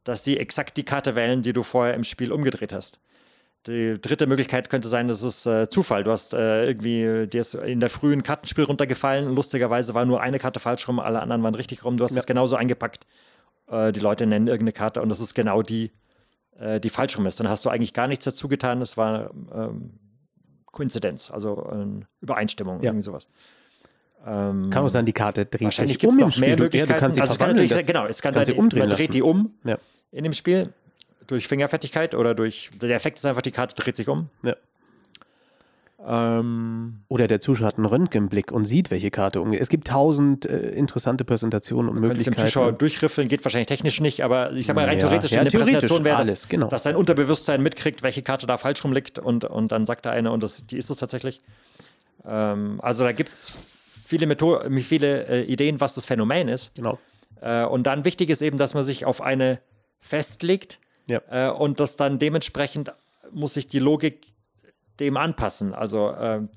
dass sie exakt die Karte wählen, die du vorher im Spiel umgedreht hast. Die dritte Möglichkeit könnte sein, das ist äh, Zufall. Du hast äh, irgendwie, äh, dir ist in der frühen Kartenspiel runtergefallen. Lustigerweise war nur eine Karte falsch rum, alle anderen waren richtig rum. Du hast es genauso eingepackt. Äh, die Leute nennen irgendeine Karte und das ist genau die, äh, die falsch rum ist. Dann hast du eigentlich gar nichts dazu getan. Es war ähm, Koinzidenz, also ähm, Übereinstimmung,
Ja.
irgendwie sowas. Ähm,
Kann auch sein, die Karte dreht
wahrscheinlich
sich
gibt es
um im
noch mehr
Spiel. Du- Ja,
Möglichkeiten.
du kannst sie
also es kann
verwandeln.
natürlich,
Das,
sein- genau, es kann
kannst
sein,
sie umdrehen
man dreht
lassen.
die um
Ja.
in dem Spiel durch Fingerfertigkeit oder durch der Effekt ist einfach, die Karte dreht sich um.
Ja.
Ähm,
Oder der Zuschauer hat einen Röntgenblick und sieht, welche Karte umgeht. Es gibt tausend äh, interessante Präsentationen und
könntest dem Zuschauer
Möglichkeiten.
durchriffeln, geht wahrscheinlich technisch nicht, aber ich sag mal rein
Ja.
theoretisch
Ja,
in der
theoretisch
Präsentation wäre das,
alles, genau.
dass sein Unterbewusstsein mitkriegt, welche Karte da falsch rumliegt und, und dann sagt er eine und das, die ist es tatsächlich. Ähm, also da gibt es viele, Metho viele äh, Ideen, was das Phänomen ist.
Genau.
Äh, und dann wichtig ist eben, dass man sich auf eine festlegt
Ja.
äh, und dass dann dementsprechend muss sich die Logik dem anpassen. Also ähm,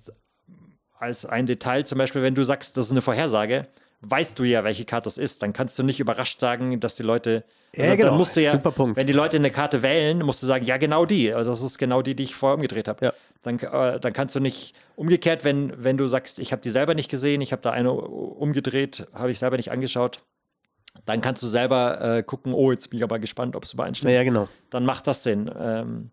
als ein Detail zum Beispiel, wenn du sagst, das ist eine Vorhersage, weißt du ja, welche Karte das ist. Dann kannst du nicht überrascht sagen, dass die Leute. also,
Ja, genau.
dann musst du ja,
Super Punkt.
wenn die Leute eine Karte wählen, musst du sagen, ja, genau die. Also das ist genau die, die ich vorher umgedreht habe.
Ja.
Dann, äh, dann kannst du nicht umgekehrt, wenn, wenn du sagst, ich habe die selber nicht gesehen, ich habe da eine umgedreht, habe ich selber nicht angeschaut, dann kannst du selber äh, gucken, oh, jetzt bin ich aber gespannt, ob es übereinstimmt.
Naja, genau.
Dann macht das Sinn. Ähm,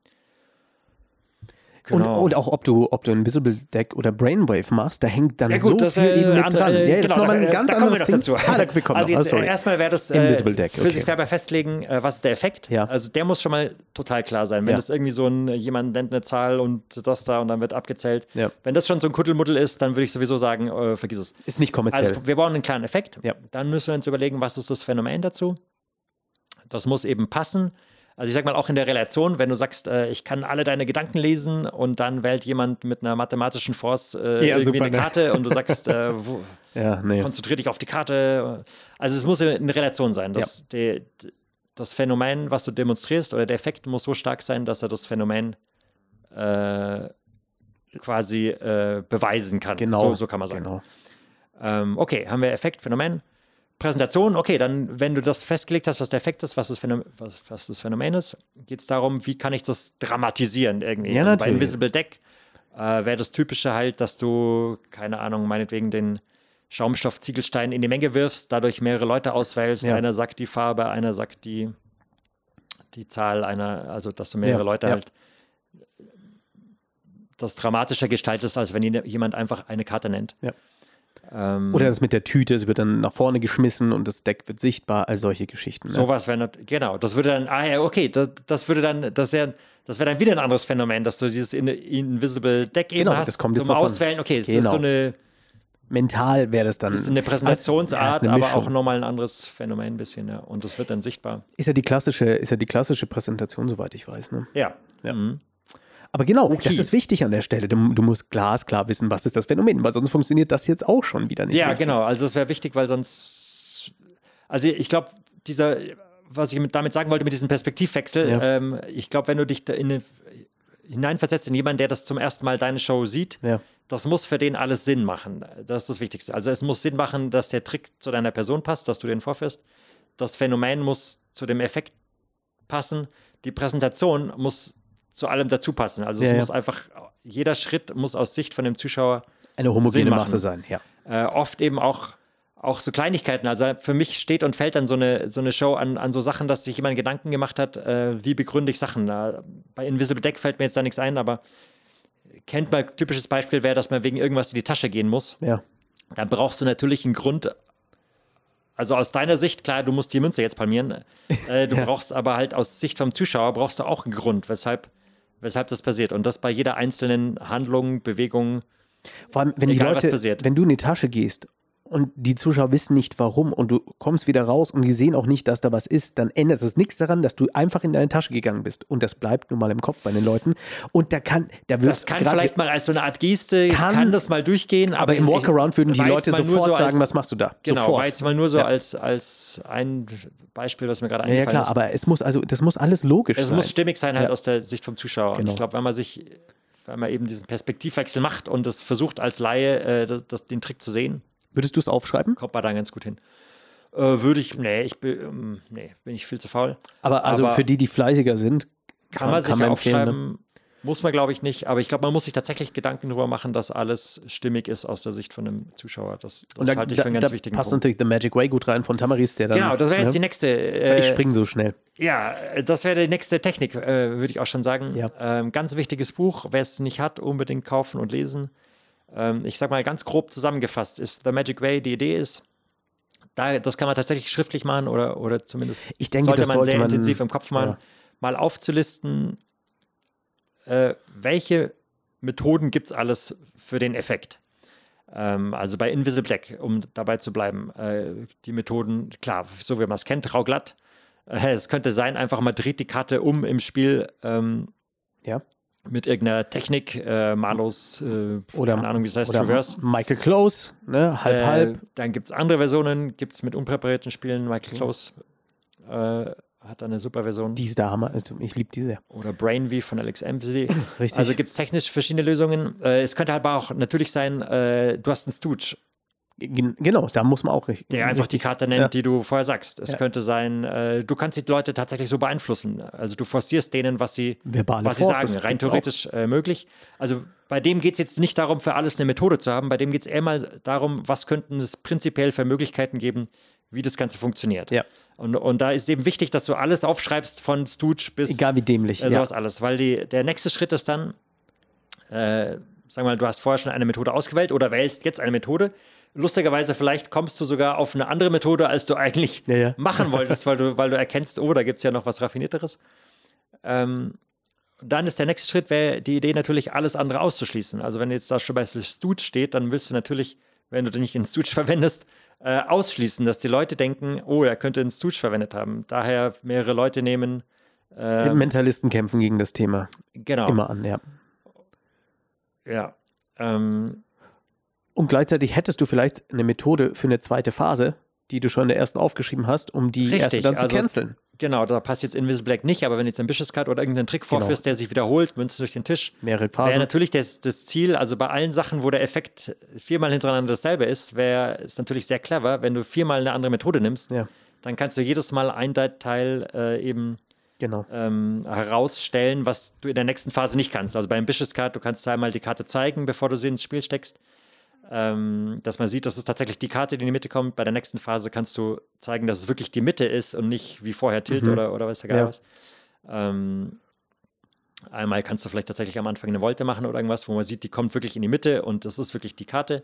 genau.
Und, oh, und auch ob du, ob du ein Visible Deck oder Brainwave machst, da hängt dann so viel
äh,
eben mit
andere-
dran.
äh,
ja, das ist nochmal ein
da-
ganz
da kommen
anderes
wir noch
Ding.
Dazu.
Ah, da, wir kommen
also
noch. Ah,
jetzt äh,
sorry.
erstmal wäre das äh,
Invisible Deck,
für
okay.
sich selber festlegen, äh, was ist der Effekt.
Ja.
Also der muss schon mal total klar sein. Wenn
Ja.
das irgendwie so ein, jemand nennt eine Zahl und das da und dann wird abgezählt.
Ja.
Wenn das schon so ein Kuddelmuddel ist, dann würde ich sowieso sagen, äh, vergiss es.
Ist nicht kommerziell.
Also wir brauchen einen klaren Effekt.
Ja.
Dann müssen wir uns überlegen, was ist das Phänomen dazu? Das muss eben passen. Also ich sag mal auch in der Relation, wenn du sagst, äh, ich kann alle deine Gedanken lesen und dann wählt jemand mit einer mathematischen Force äh,
Ja,
irgendwie
super,
eine
ne?
Karte und du sagst, äh,
[laughs]
wo,
ja, nee.
konzentrier dich auf die Karte. Also es muss eine Relation sein. Das, die, das Phänomen, was du demonstrierst oder der Effekt muss so stark sein, dass er das Phänomen äh, quasi äh, beweisen kann.
Genau.
So, so kann man sagen.
Genau.
Ähm, okay, haben wir Effekt, Phänomen. Präsentation, okay, dann, wenn du das festgelegt hast, was der Effekt ist, was das Phänomen, was, was das Phänomen ist, geht es darum, wie kann ich das dramatisieren irgendwie.
Ja,
also bei
natürlich.
Invisible Deck äh, wäre das Typische halt, dass du, keine Ahnung, meinetwegen den Schaumstoffziegelstein in die Menge wirfst, dadurch mehrere Leute auswählst,
Ja.
einer sagt die Farbe, einer sagt die, die Zahl, einer, also dass du mehrere
Ja,
Leute
ja.
halt das dramatischer gestaltest, als wenn jene- jemand einfach eine Karte nennt.
Ja.
Ähm,
Oder das mit der Tüte, sie wird dann nach vorne geschmissen und das Deck wird sichtbar, all solche Geschichten. Ne?
Sowas wäre nat- genau, das würde dann, ah ja, okay, das, das würde dann, das wäre das wäre dann wieder ein anderes Phänomen, dass du dieses in, Invisible Deck eben
Genau,
hast
das kommt jetzt
zum
davon.
Auswählen, okay, es ist
Genau.
so eine,
Mental wäre das dann.
ist eine Präsentationsart,
Ja, ist eine
aber auch
Mischung.
nochmal ein anderes Phänomen ein bisschen, ja. Und das wird dann sichtbar.
Ist ja die klassische, ist ja die klassische Präsentation, soweit ich weiß. Ne?
Ja.
Ja.
Mhm.
Aber genau,
Okay.
das ist wichtig an der Stelle. Du, du musst glasklar wissen, was ist das Phänomen, weil sonst funktioniert das jetzt auch schon wieder nicht.
Ja,
richtig.
genau. Also es wäre wichtig, weil sonst, also ich glaube, dieser, was ich mit, damit sagen wollte mit diesem Perspektivwechsel,
Ja.
ähm, ich glaube, wenn du dich da in eine, hineinversetzt in jemanden, der das zum ersten Mal deine Show sieht,
Ja.
das muss für den alles Sinn machen. Das ist das Wichtigste. Also es muss Sinn machen, dass der Trick zu deiner Person passt, dass du den vorführst. Das Phänomen muss zu dem Effekt passen. Die Präsentation muss zu allem dazu passen. Also es
Ja, ja.
muss einfach, jeder Schritt muss aus Sicht von dem Zuschauer
Eine
Sinn
homogene
machen.
Masse sein, ja.
äh, oft eben auch, auch so Kleinigkeiten. Also für mich steht und fällt dann so eine, so eine Show an, an so Sachen, dass sich jemand Gedanken gemacht hat, äh, wie begründe ich Sachen. Äh, bei Invisible Deck fällt mir jetzt da nichts ein, aber kennt man, typisches Beispiel wäre, dass man wegen irgendwas in die Tasche gehen muss.
Ja,
Dann brauchst du natürlich einen Grund. Also aus deiner Sicht, klar, du musst die Münze jetzt palmieren. Äh, du brauchst aber halt aus Sicht vom Zuschauer brauchst du auch einen Grund, weshalb, weshalb das passiert. Und das bei jeder einzelnen Handlung, Bewegung,
Vor allem, wenn die
Egal, was
Leute,
passiert.
wenn du in die Tasche gehst und die Zuschauer wissen nicht warum und du kommst wieder raus und die sehen auch nicht, dass da was ist, dann ändert es nichts daran, dass du einfach in deine Tasche gegangen bist. Und das bleibt nun mal im Kopf bei den Leuten. Und da kann, da wird
Das kann vielleicht mal als so eine Art Geste, kann,
Kann,
das mal durchgehen. Aber,
aber im
ich-
Walkaround würden die
war
Leute
jetzt mal nur
sofort
so als-
sagen, was machst du da?
Genau, war
sofort.
jetzt mal nur so
Ja.
als, als ein Beispiel, was mir gerade
ja, ja,
eingefallen
klar,
ist.
aber es muss also, das muss alles logisch
es
sein.
muss stimmig sein, halt
Ja.
aus der Sicht vom Zuschauer. Und
Genau.
ich glaube, wenn man sich, wenn man eben diesen Perspektivwechsel macht und das versucht als Laie, äh, das, das, den Trick zu sehen,
Würdest du es aufschreiben?
kommt man da ganz gut hin. Äh, würde ich, nee, ich bin, ähm, nee, bin ich viel zu faul.
Aber also
Aber-
für die, die fleißiger sind,
Kann man sich ja
empfehlen, ne?
aufschreiben, muss man glaube ich nicht, aber ich glaube, man muss sich tatsächlich Gedanken darüber machen, dass alles stimmig ist aus der Sicht von einem Zuschauer. Das, das
Und da,
halte ich
da,
für einen ganz
da
wichtigen
passt
Punkt.
natürlich The Magic Way gut rein von Tamaris, der dann.
Genau, das wäre jetzt die
ne?
nächste.
Ich
Äh,
springe so schnell.
ja, äh, das wäre die nächste Technik, äh, würde ich auch schon sagen.
Ja.
Ähm, ganz wichtiges Buch. Wer es nicht hat, unbedingt kaufen und lesen. Ähm, ich sag mal ganz grob zusammengefasst ist The Magic Way. Die Idee ist, da, das kann man tatsächlich schriftlich machen oder, oder zumindest
Ich denke,
sollte
das
man
sollte
sehr
man-
intensiv im Kopf machen,
ja.
mal aufzulisten, äh, welche Methoden gibt es alles für den Effekt. Ähm, also bei Invisible Black, um dabei zu bleiben, äh, die Methoden, klar, so wie man es kennt, rau glatt. Äh, es könnte sein, einfach mal dreht die Karte um im Spiel ähm,
Ja.
mit irgendeiner Technik, äh, Malos, äh,
Oder-
keine Ahnung, wie es heißt,
Oder
Reverse.
Michael Close, ne? halb,
Äh,
halb. Mhm.
Dann gibt es andere Versionen, gibt es mit unpräparierten Spielen. Michael Close äh, hat da eine super Version.
Die ist der Hammer. Also ich liebe die sehr.
Oder Brainwee von Alex Emsley.
Richtig.
Also gibt es technisch verschiedene Lösungen. Äh, es könnte aber auch natürlich sein, äh, du hast einen Stooge,
Gen- genau, da muss man auch richtig.
der einfach die Karte nennt,
Ja.
die du vorher sagst. Es
Ja.
könnte sein, äh, du kannst die Leute tatsächlich so beeinflussen. Also du forcierst denen, was sie,
verbale
was sie
Forces
sagen, rein
gibt's auch.
theoretisch äh, möglich. Also bei dem geht es jetzt nicht darum, für alles eine Methode zu haben. Bei dem geht es eher mal darum, was könnten es prinzipiell für Möglichkeiten geben, wie das Ganze funktioniert.
Ja.
Und, und da ist eben wichtig, dass du alles aufschreibst von Stooge bis
Egal wie dämlich.
äh,
ja.
sowas alles. Weil die, der nächste Schritt ist dann, äh, sag mal, du hast vorher schon eine Methode ausgewählt oder wählst jetzt eine Methode. Lustigerweise, vielleicht kommst du sogar auf eine andere Methode, als du eigentlich
Ja, ja.
[laughs] machen wolltest, weil
[laughs]
du, weil du erkennst, oh, da gibt es ja noch was Raffinierteres. Ähm, dann ist der nächste Schritt, wäre die Idee natürlich, alles andere auszuschließen. Also wenn jetzt da schon bei Stooge steht, dann willst du natürlich, wenn du den nicht in Stooge [laughs] verwendest, äh, ausschließen, dass die Leute denken, oh, er könnte in Stooge verwendet haben. Daher mehrere Leute nehmen.
Mentalisten kämpfen gegen das Thema
ähm, Genau.
immer an, ja.
Ja. Ähm,
Und gleichzeitig hättest du vielleicht eine Methode für eine zweite Phase, die du schon in der ersten aufgeschrieben hast, um die erste
Richtig,
dann zu
also-
canceln.
Genau, da passt jetzt Invisible Black nicht, aber wenn du jetzt Ambitious Cut oder irgendeinen Trick vorführst, der sich wiederholt, münzt durch den Tisch.
Mehrere
Wäre
Phasen.
natürlich das, das Ziel, also bei allen Sachen, wo der Effekt viermal hintereinander dasselbe ist, wäre es natürlich sehr clever, wenn du viermal eine andere Methode nimmst,
Ja,
dann kannst du jedes Mal ein Teil äh, eben
genau.
ähm, herausstellen, was du in der nächsten Phase nicht kannst. Also bei Ambitious Card, du kannst einmal die Karte zeigen, bevor du sie ins Spiel steckst. Ähm, dass man sieht, das ist tatsächlich die Karte, die in die Mitte kommt. Bei der nächsten Phase kannst du zeigen, dass es wirklich die Mitte ist und nicht wie vorher Tilt oder, oder weiß der Geier
Ja.
was. Ähm, einmal kannst du vielleicht tatsächlich am Anfang eine Wolte machen oder irgendwas, wo man sieht, die kommt wirklich in die Mitte und das ist wirklich die Karte.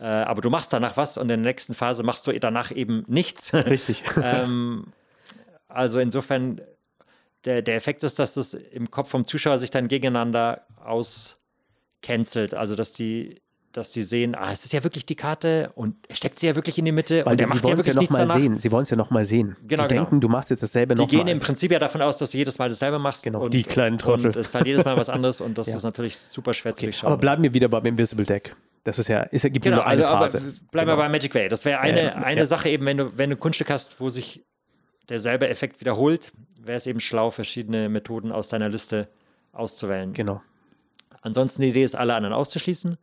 Äh, aber du machst danach was und in der nächsten Phase machst du danach eben nichts. [laughs]
Richtig.
ähm, also insofern, der, der Effekt ist, dass es im Kopf vom Zuschauer sich dann gegeneinander auscancelt. Also dass die, dass die sehen, ah, es ist ja wirklich die Karte und er steckt sie ja wirklich in die Mitte
Weil
und
die,
der
sie
macht ja
wollen es ja
wirklich nichts
nochmal
danach.
sehen. Sie wollen es ja nochmal sehen.
Genau,
die
genau.
denken, du machst jetzt dasselbe
Die gehen im
nochmal.
Prinzip ja davon aus, dass du jedes Mal dasselbe machst.
Genau,
und,
die kleinen Trottel.
Und es ist halt jedes Mal was
[laughs]
anderes und das
Ja.
ist natürlich super schwer zu durchschauen.
Aber bleiben wir wieder beim Invisible Deck. Das ist ja, ist ja gibt ja
Genau,
nur eine
also aber
Phase.
bleiben wir
Genau.
bei Magic Way. Das wäre eine,
Ja, ja,
eine
ja.
Sache eben, wenn du, wenn du ein Kunststück hast, wo sich derselbe Effekt wiederholt, wäre es eben schlau, verschiedene Methoden aus deiner Liste auszuwählen. [laughs]
Genau. [laughs]
Ansonsten die Idee ist, alle anderen auszuschließen.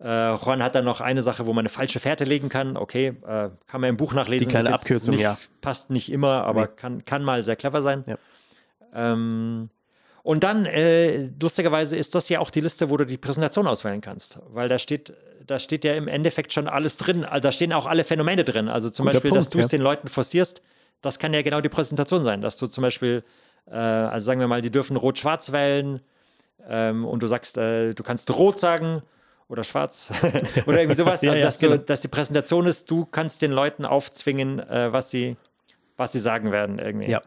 Äh, Juan hat dann noch eine Sache, wo man eine falsche Fährte legen kann. Okay, äh, kann man im Buch nachlesen.
Die kleine
ist jetzt
Abkürzung,
nicht,
ja.
Passt nicht immer, aber
Nee.
kann, kann mal sehr clever sein.
Ja.
Ähm, und dann, äh, lustigerweise, ist das ja auch die Liste, wo du die Präsentation auswählen kannst. Weil da steht, da steht ja im Endeffekt schon alles drin. Also da stehen auch alle Phänomene drin. Also zum
Guter
Beispiel, dass
Punkt,
du es
ja.
den Leuten forcierst, das kann ja genau die Präsentation sein. Dass du zum Beispiel, äh, also sagen wir mal, die dürfen rot-schwarz wählen ähm, und du sagst, äh, du kannst rot sagen oder schwarz [laughs] oder irgendwie
[laughs]
sowas.
Ja,
also,
ja,
dass, du,
genau.
dass die Präsentation ist, du kannst den Leuten aufzwingen, äh, was, sie, was sie sagen werden irgendwie.
Ja.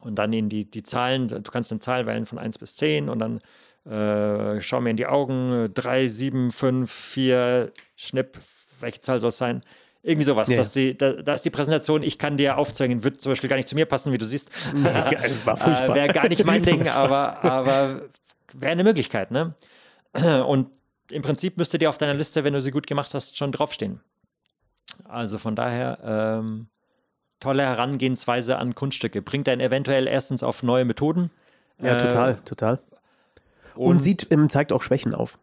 Und dann ihnen die, die Zahlen, du kannst dann Zahlen wählen von 1 bis 10 und dann äh, schau mir in die Augen, 3, 7, 5, 4, Schnipp, welche Zahl soll es sein? Irgendwie sowas.
Ja,
dass die, da, da ist die Präsentation, ich kann dir aufzeigen, wird zum Beispiel gar nicht zu mir passen, wie du
[laughs]
siehst.
Das war
Äh,
furchtbar.
wäre gar nicht
[laughs]
mein Ding,
Spaß.
aber, aber wäre eine Möglichkeit, ne? Und im Prinzip müsste die auf deiner Liste, wenn du sie gut gemacht hast, schon draufstehen. Also von daher, ähm, tolle Herangehensweise an Kunststücke. Bringt einen eventuell erstens auf neue Methoden.
Ja,
äh,
total, total. Und,
Und,
sieht, ähm, zeigt auch Schwächen auf.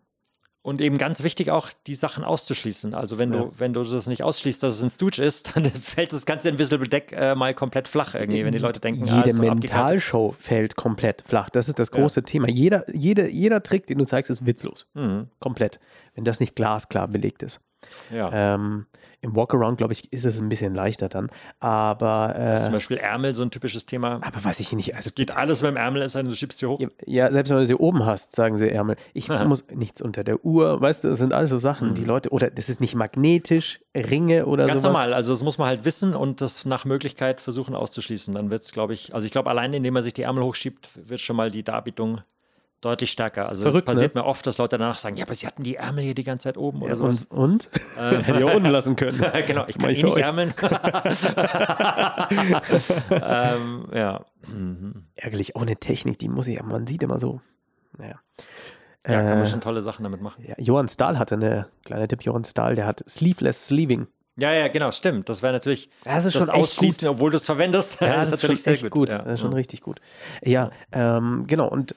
und eben ganz wichtig auch, die Sachen auszuschließen. Also wenn du, wenn du das nicht ausschließt, dass es ein Stooge ist, [laughs] dann fällt das ganze Invisible Deck äh, mal komplett flach irgendwie, wenn die Leute denken, ah,
Jede
ist doch abgekartet.
Mentalshow fällt komplett flach. Das ist das große Thema. Jeder, jede, jeder Trick, den du zeigst, ist witzlos.
Mhm.
Komplett. Wenn das nicht glasklar belegt ist.
Ja.
Ähm, Im Walkaround, glaube ich, ist es ein bisschen leichter dann. Aber,
Ist zum
äh,
Beispiel Ärmel so ein typisches Thema.
aber weiß ich nicht. Also,
Es geht alles mit dem Ärmel, es sei denn, du schiebst sie hoch.
Ja, Ja, selbst wenn du sie oben hast, sagen sie Ärmel. Ich muss nichts unter der Uhr, weißt du, das sind alles so Sachen, die Leute, oder das ist nicht magnetisch, Ringe oder
Mhm. Ganz
sowas.
normal, also das muss man halt wissen und das nach Möglichkeit versuchen auszuschließen. Dann wird es, glaube ich, also ich glaube, allein indem man sich die Ärmel hochschiebt, wird schon mal die Darbietung deutlich stärker. Also
Verrückt, ne?
passiert mir oft, dass Leute danach sagen, ja, aber sie hatten die Ärmel hier die ganze Zeit oben oder
Ja,
sowas.
und? und? [laughs] Hätte ich auch unten lassen können.
[laughs] genau,
Das
ich
mach
kann
ich
eh
für
nicht
euch. [laughs]
ärmeln. ähm, ja.
Ärgerlich, auch eine Technik, die muss ich, aber man sieht immer so. Naja.
ja, kann man
Äh,
schon tolle Sachen damit machen.
Ja, Johann Stahl hatte eine, kleiner Tipp, Johann Stahl, der hat Sleeveless Sleeving.
Ja, ja, genau, stimmt. Das wäre natürlich
Das ist schon echt
Ausschließen, obwohl du es verwendest. [laughs]
Ja, das, ist natürlich schon echt gut.
Ja.
Das ist schon richtig gut. Ja, ähm, genau, und,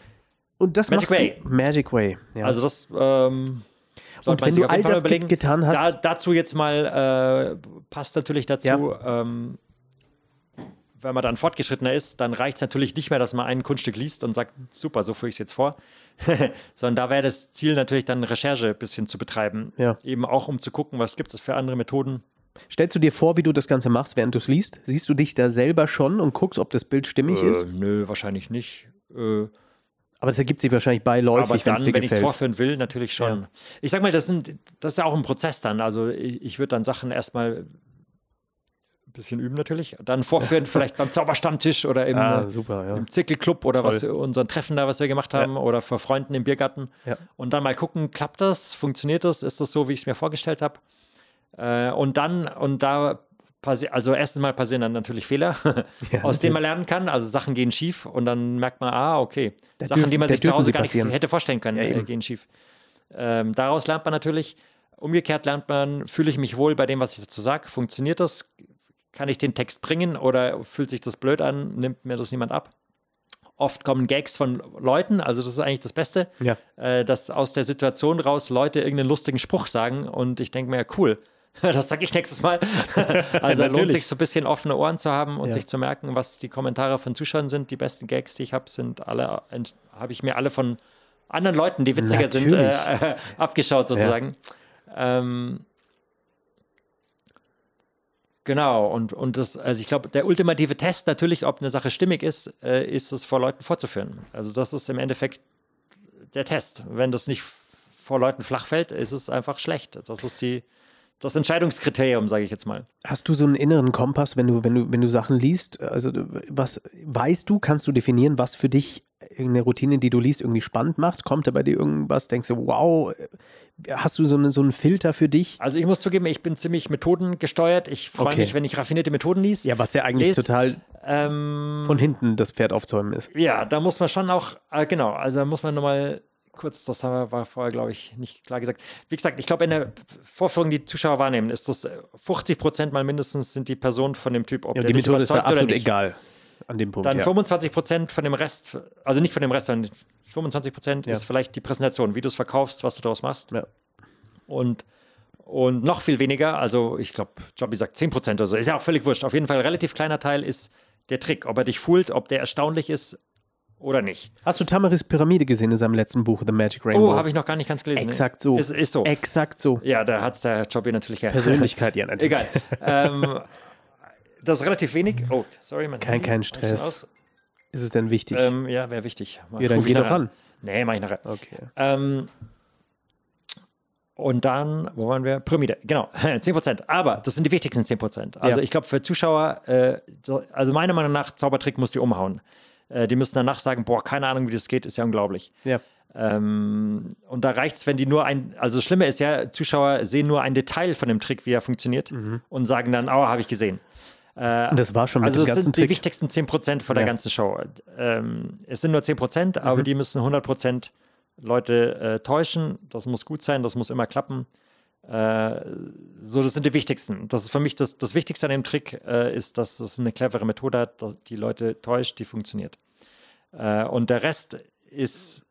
und das
Magic
machst
Way.
Du, Magic Way. Ja.
Also das ähm, sollte
und
man
wenn
sich
du
auf jeden
all
Fall
das
überlegen.
getan hast,
Da, dazu jetzt mal äh, passt natürlich dazu, ähm, wenn man dann fortgeschrittener ist, dann reicht es natürlich nicht mehr, dass man ein Kunststück liest und sagt, super, so führe ich es jetzt vor. [laughs] Sondern da wäre das Ziel natürlich dann Recherche ein bisschen zu betreiben.
Ja.
Eben auch um zu gucken, was gibt es für andere Methoden.
Stellst du dir vor, wie du das Ganze machst, während du es liest? Siehst du dich da selber schon und guckst, ob das Bild stimmig
Äh,
ist?
nö, wahrscheinlich nicht. Äh,
Aber es ergibt sich wahrscheinlich
Aber
beiläufig, wenn es
dann,
dir
wenn ich es
gefällt.
vorführen will, natürlich schon. Ich sag mal, das, sind, das ist ja auch ein Prozess dann. Also ich, ich würde dann Sachen erstmal ein bisschen üben natürlich,
[laughs]
dann vorführen, vielleicht beim Zauberstammtisch oder im,
Ah,
äh,
super, ja.
im Zirkelclub oder
Toll.
was unseren Treffen da, was wir gemacht haben oder vor Freunden im Biergarten.
Ja.
Und dann mal gucken, klappt das, funktioniert das, ist das so, wie ich es mir vorgestellt habe. Äh, und dann, und da, passi- also erstens mal passieren dann natürlich Fehler, [laughs] aus denen man lernen kann. Also Sachen gehen schief und dann merkt man, ah, okay,
Da
Sachen,
dürfen-
die man
da
sich zu
dürfen
Hause
sie
gar nicht
passieren.
hätte vorstellen können, äh,
eben.
gehen schief. Ähm, daraus lernt man natürlich, umgekehrt lernt man, fühle ich mich wohl bei dem, was ich dazu sage, funktioniert das, kann ich den Text bringen oder fühlt sich das blöd an, nimmt mir das niemand ab? Oft kommen Gags von Leuten, also das ist eigentlich das Beste,
Ja.
äh, dass aus der Situation raus Leute irgendeinen lustigen Spruch sagen und ich denke mir, ja, cool, [laughs] das sage ich nächstes
[laughs]
Mal. also lohnt
Natürlich.
sich so ein bisschen offene Ohren zu haben und
Ja.
sich zu merken, was die Kommentare von Zuschauern sind. Die besten Gags, die ich habe, sind alle, ent- habe ich mir alle von anderen Leuten, die witziger sind,
Natürlich.
äh, [laughs] abgeschaut sozusagen. Ähm, Genau, und, und das, also ich glaube, der ultimative Test natürlich, ob eine Sache stimmig ist, äh, ist es vor Leuten vorzuführen. Also das ist im Endeffekt der Test. Wenn das nicht vor Leuten flach fällt, ist es einfach schlecht. Das ist die, das Entscheidungskriterium, sage ich jetzt mal.
Hast du so einen inneren Kompass, wenn du, wenn du, wenn du Sachen liest? Also du- was weißt du, kannst du definieren, was für dich irgendeine Routine, die du liest, irgendwie spannend macht? Kommt da bei dir irgendwas, denkst du, wow, hast du so, eine, so einen Filter für dich?
Also ich muss zugeben, ich bin ziemlich methodengesteuert. Ich freue
Okay.
mich, wenn ich raffinierte Methoden liest.
Ja, was ja eigentlich
Lest-
total
ähm,
von hinten das Pferd aufzäumen ist.
ja da muss man schon auch, äh, genau, also da muss man nochmal kurz, das haben wir war vorher, glaube ich, nicht klar gesagt. Wie gesagt, ich glaube, in der Vorführung, die Zuschauer wahrnehmen, ist das äh, 50 Prozent mal mindestens sind die Personen von dem Typ, ob
Ja,
der
die
dich
Methode ist da
überzeugt oder
absolut
nicht.
egal an dem Punkt.
Dann
ja.
25 Prozent von dem Rest, also nicht von dem Rest, sondern 25 Prozent ist vielleicht die Präsentation, wie du es verkaufst, was du daraus machst.
Ja.
Und, und noch viel weniger, also ich glaube, Jobby sagt 10 Prozent oder so, ist ja auch völlig wurscht. Auf jeden Fall ein relativ kleiner Teil ist der Trick, ob er dich foolt, ob der erstaunlich ist oder nicht.
Hast du Tamaris Pyramide gesehen in seinem letzten Buch, The Magic Rainbow?
Oh, habe ich noch gar nicht ganz gelesen. ne?
Exakt so.
Ist, ist so.
Exakt so.
ja, da hat es der Jobby natürlich her.
Persönlichkeit, ja, natürlich.
[laughs] Egal. ähm, das ist relativ wenig. Oh, sorry, man.
Kein- kein Stress. Ist es denn wichtig?
Ähm, ja, wäre wichtig. Mal,
Ja, dann
ruf ich
geh doch
nachher
ran.
Nee, mach ich nachher.
Okay.
Ähm, und dann, wo waren wir? Pyramide, genau, [laughs] 10%. Aber das sind die wichtigsten 10%. Also
Ja.
ich glaube, für Zuschauer, äh, so- also meiner Meinung nach, Zaubertrick muss die umhauen. Äh, die müssen danach sagen, boah, keine Ahnung, wie das geht, ist ja unglaublich.
ja.
Ähm, und da reicht es, wenn die nur ein, also das Schlimme ist ja, Zuschauer sehen nur ein Detail von dem Trick, wie er funktioniert
Mhm.
und sagen dann, oh, habe ich gesehen.
Und das war schon mit dem
Also es
ganzen
sind die
Trick.
wichtigsten 10% von der
Ja. Mhm.
ganzen Show. Ähm, es sind nur 10%, aber die müssen 100% Leute äh, täuschen. Das muss gut sein, das muss immer klappen. Äh, so, das sind die wichtigsten. Das ist für mich das, das Wichtigste an dem Trick, äh, ist, dass es eine clevere Methode hat, dass die Leute täuscht, die funktioniert. Äh, und der Rest ist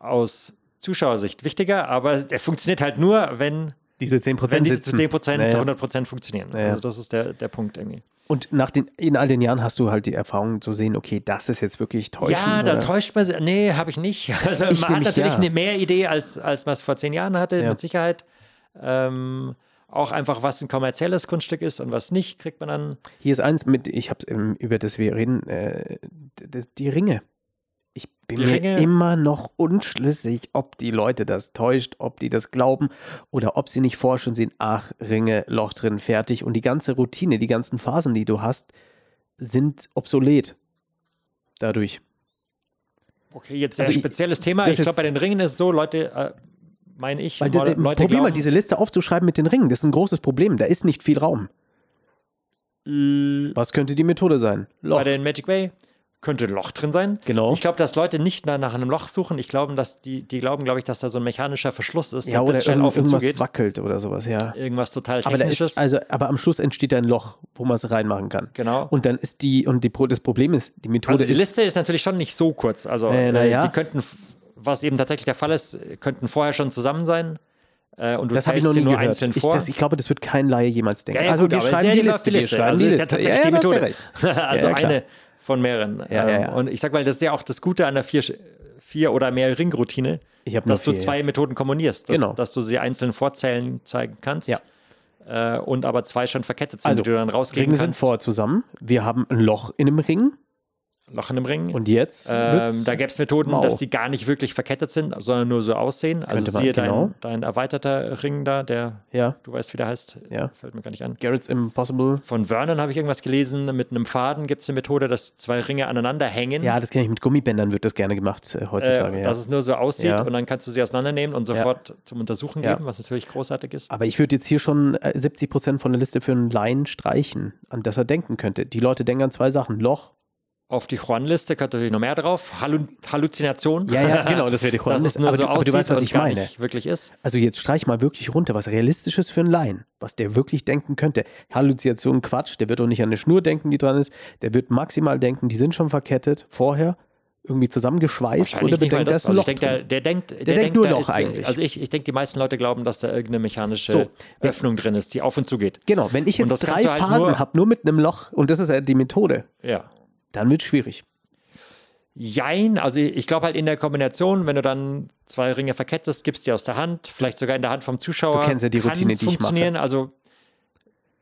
aus Zuschauersicht wichtiger, aber der funktioniert halt nur, wenn,
diese 10%
wenn diese
sitzen.
10%,
Naja.
100% funktionieren.
Naja.
Also das ist der, der Punkt irgendwie.
Und nach den, in all den Jahren hast du halt die Erfahrung zu sehen, okay, das ist jetzt wirklich täuschend.
Ja, da
oder?
täuscht man sich. Nee, habe
[laughs]
ich nicht. Also
Ich
man hat
nämlich,
natürlich
ja.
eine mehr Idee, als, als man es vor zehn Jahren hatte,
Ja.
mit Sicherheit. Ähm, auch einfach, was ein kommerzielles Kunststück ist und was nicht, kriegt man dann.
Hier ist eins mit, ich hab's, ähm, über das wir reden, äh, d- das, die Ringe. Ich bin
Die
mir
Ringe.
immer noch unschlüssig, ob die Leute das täuscht, ob die das glauben oder ob sie nicht vorher schon sehen, ach, Ringe, Loch drin, fertig. Und die ganze Routine, die ganzen Phasen, die du hast, sind obsolet. Dadurch.
Okay, jetzt
Also
ein
ich-
spezielles Thema.
das
Ich glaube,
jetzt-
bei den Ringen ist es so, Leute, äh, meine ich,
Weil das,
Leute
äh, probier mal
glauben-
diese Liste aufzuschreiben mit den Ringen. Das ist ein großes Problem. Da ist nicht viel Raum.
Mm.
Was könnte die Methode sein? Loch.
bei den Magic Way könnte ein Loch drin sein.
Genau.
Ich glaube, dass Leute nicht nach, nach einem Loch suchen. Ich glaube, dass die, die glauben, glaube ich, dass da so ein mechanischer Verschluss ist,
ja,
der
oder
blitzschnell
irgend-
auf und zu
irgendwas
geht.
wackelt oder sowas, ja.
Irgendwas total
Aber, da
Technisches.
ist, also, aber am Schluss entsteht ein Loch, wo man es reinmachen kann.
Genau.
Und dann ist die, und die, Pro- das Problem ist, die Methode
Also die
ist.
Liste ist natürlich schon nicht so kurz. Also
Äh,
äh,
na ja.
die könnten, f- was eben tatsächlich der Fall ist, äh, könnten vorher schon zusammen sein. Äh, und du
das habe ich
teilst
noch
sie
nie
nur
gehört.
einzeln
ich,
vor.
das, ich glaube, das wird kein Laie jemals denken.
Ja, ja,
also
gut,
wir
aber es ist
schreiben
ja
die
die
Liste. Wir
Liste.
schreiben
Also
die
es ist
Liste.
ja tatsächlich die
du hast
Methode.
recht.
[laughs] also
ja, klar.
eine von mehreren.
Ja,
ähm,
ja, ja.
Und ich sag mal, das ist ja auch das Gute an der vier, vier oder mehr Ringroutine,
Ich hab nur
dass du
vier,
zwei Methoden kombinierst, dass,
Genau.
dass du sie einzeln vorzählen zeigen kannst. Äh, und aber zwei schon verkettet sind,
Also,
die du dann rausgeben
Ringe sind
kannst.
vorher zusammen. Wir haben ein Loch in einem Ring.
Loch in dem Ring.
Und jetzt
Ähm,
wird's-
da gäbe es Methoden,
mau.
dass die gar nicht wirklich verkettet sind, sondern nur so aussehen. Also
Könnte man,
siehe
genau.
dein, dein erweiterter Ring da, der,
Ja,
du weißt, wie der heißt,
Ja.
fällt mir gar nicht an.
Garrett's Impossible.
Von Vernon habe ich irgendwas gelesen, mit einem Faden gibt es eine Methode, dass zwei Ringe aneinander hängen.
Ja, das kenne ich mit Gummibändern, wird das gerne gemacht äh, heutzutage.
Mhm. Äh,
ja.
dass es nur so aussieht
Ja.
und dann kannst du sie auseinandernehmen und sofort zum Untersuchen
Ja.
geben, was natürlich großartig ist.
Aber ich würde jetzt hier schon äh, 70 Prozent von der Liste für einen Laien streichen, an das er denken könnte. Die Leute denken an zwei Sachen: Loch
Auf die Juan-Liste gehört natürlich noch mehr drauf. Hallu Halluzination.
Ja,
[laughs]
ja, genau, das wäre die
Dass es nur
aber,
so
du- aber
aussieht
du weißt, was
und
ich
gar
meine.
nicht wirklich ist.
Also jetzt streich mal wirklich runter, was realistisches für einen Laien, was der wirklich denken könnte. Halluzinationen Quatsch, der wird doch nicht an eine Schnur denken, die dran ist. Der wird maximal denken, die sind schon verkettet, vorher irgendwie zusammengeschweißt oder
Wahrscheinlich nicht mal
bedenkt, da
das.
ist ein
Also
Loch
ich denke, der,
drin.
der denkt, der,
denkt nur
da
noch
ist, äh,
eigentlich.
Also ich, ich denke, die meisten Leute glauben, dass da irgendeine mechanische
So, ja.
Öffnung drin ist, die auf und zu geht.
Genau, wenn ich
Und
jetzt
das
drei
kannst du halt
Phasen
nur-
habe, nur mit einem Loch, und das ist ja die Methode,
Ja.
dann wird schwierig.
Jein, also ich glaube halt in der Kombination, wenn du dann zwei Ringe verkettest, gibst die aus der Hand, vielleicht sogar in der Hand vom Zuschauer.
Du kennst ja die
kann's
Routine, die ich mache.
funktionieren. Also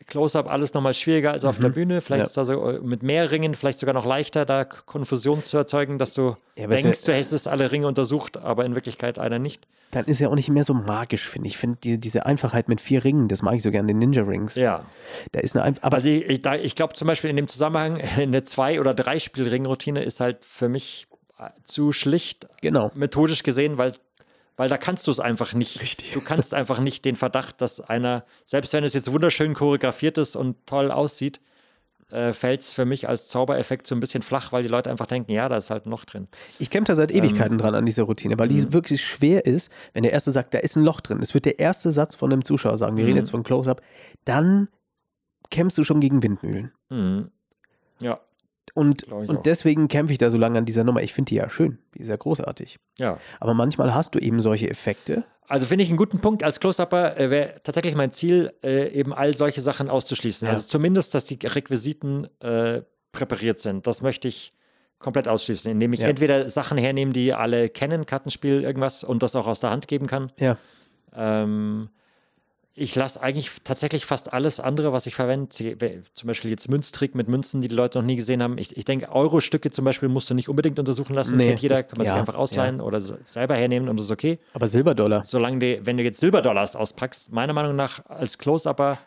Close-up alles nochmal schwieriger als auf der Bühne. Vielleicht
Mhm. Ja.
ist da so äh, mit mehr Ringen vielleicht sogar noch leichter, da K- Konfusion zu erzeugen, dass du
Ja, aber es
denkst,
ist
du hättest alle Ringe untersucht, aber in Wirklichkeit einer nicht.
Dann ist ja auch nicht mehr so magisch, finde ich. Ich finde die, diese Einfachheit mit vier Ringen, das mag ich so gerne, den Ninja Rings.
Ja.
Da ist eine Einf aber
Also ich, ich, da- ich glaube zum Beispiel in dem Zusammenhang, [laughs] eine Zwei- oder Drei-Spiel-Ring-Routine ist halt für mich äh, zu schlicht
genau.
methodisch gesehen, weil, weil da kannst du es einfach nicht.
Richtig.
Du kannst einfach nicht den Verdacht, dass einer, selbst wenn es jetzt wunderschön choreografiert ist und toll aussieht, äh, fällt es für mich als Zaubereffekt so ein bisschen flach, weil die Leute einfach denken, ja, da ist halt ein Loch drin.
Ich kämpfe da seit
Ähm,
Ewigkeiten dran an dieser Routine, weil die
mhm.
wirklich schwer ist, wenn der Erste sagt, da ist ein Loch drin. Das wird der erste Satz von einem Zuschauer sagen, wir
Mhm.
reden jetzt von Close-Up, dann kämpfst du schon gegen Windmühlen.
Mhm. Ja,
Und,
Glaub ich auch.
und deswegen kämpfe ich da so lange an dieser Nummer. Ich finde die ja schön, die ist ja großartig.
ja.
Aber manchmal hast du eben solche Effekte.
Also finde ich einen guten Punkt. Als Close-Upper äh, wäre tatsächlich mein Ziel, äh, eben all solche Sachen auszuschließen.
Ja.
Also zumindest, dass die Requisiten äh, präpariert sind. Das möchte ich komplett ausschließen, indem ich
Ja.
entweder Sachen hernehme, die alle kennen, Kartenspiel, irgendwas und das auch aus der Hand geben kann.
Ja.
Ähm, ich lasse eigentlich tatsächlich fast alles andere, was ich verwende, die- we- zum Beispiel jetzt Münztrick mit Münzen, die die Leute noch nie gesehen haben. Ich, ich denke, Euro-Stücke zum Beispiel musst du nicht unbedingt untersuchen lassen.
Nee,
Kennt jeder,
das-
kann man sich
ja,
einfach ausleihen oder se- selber hernehmen und das ist okay.
Aber Silberdollar.
Solange die, wenn du jetzt Silberdollars auspackst, meiner Meinung nach als Close-Upper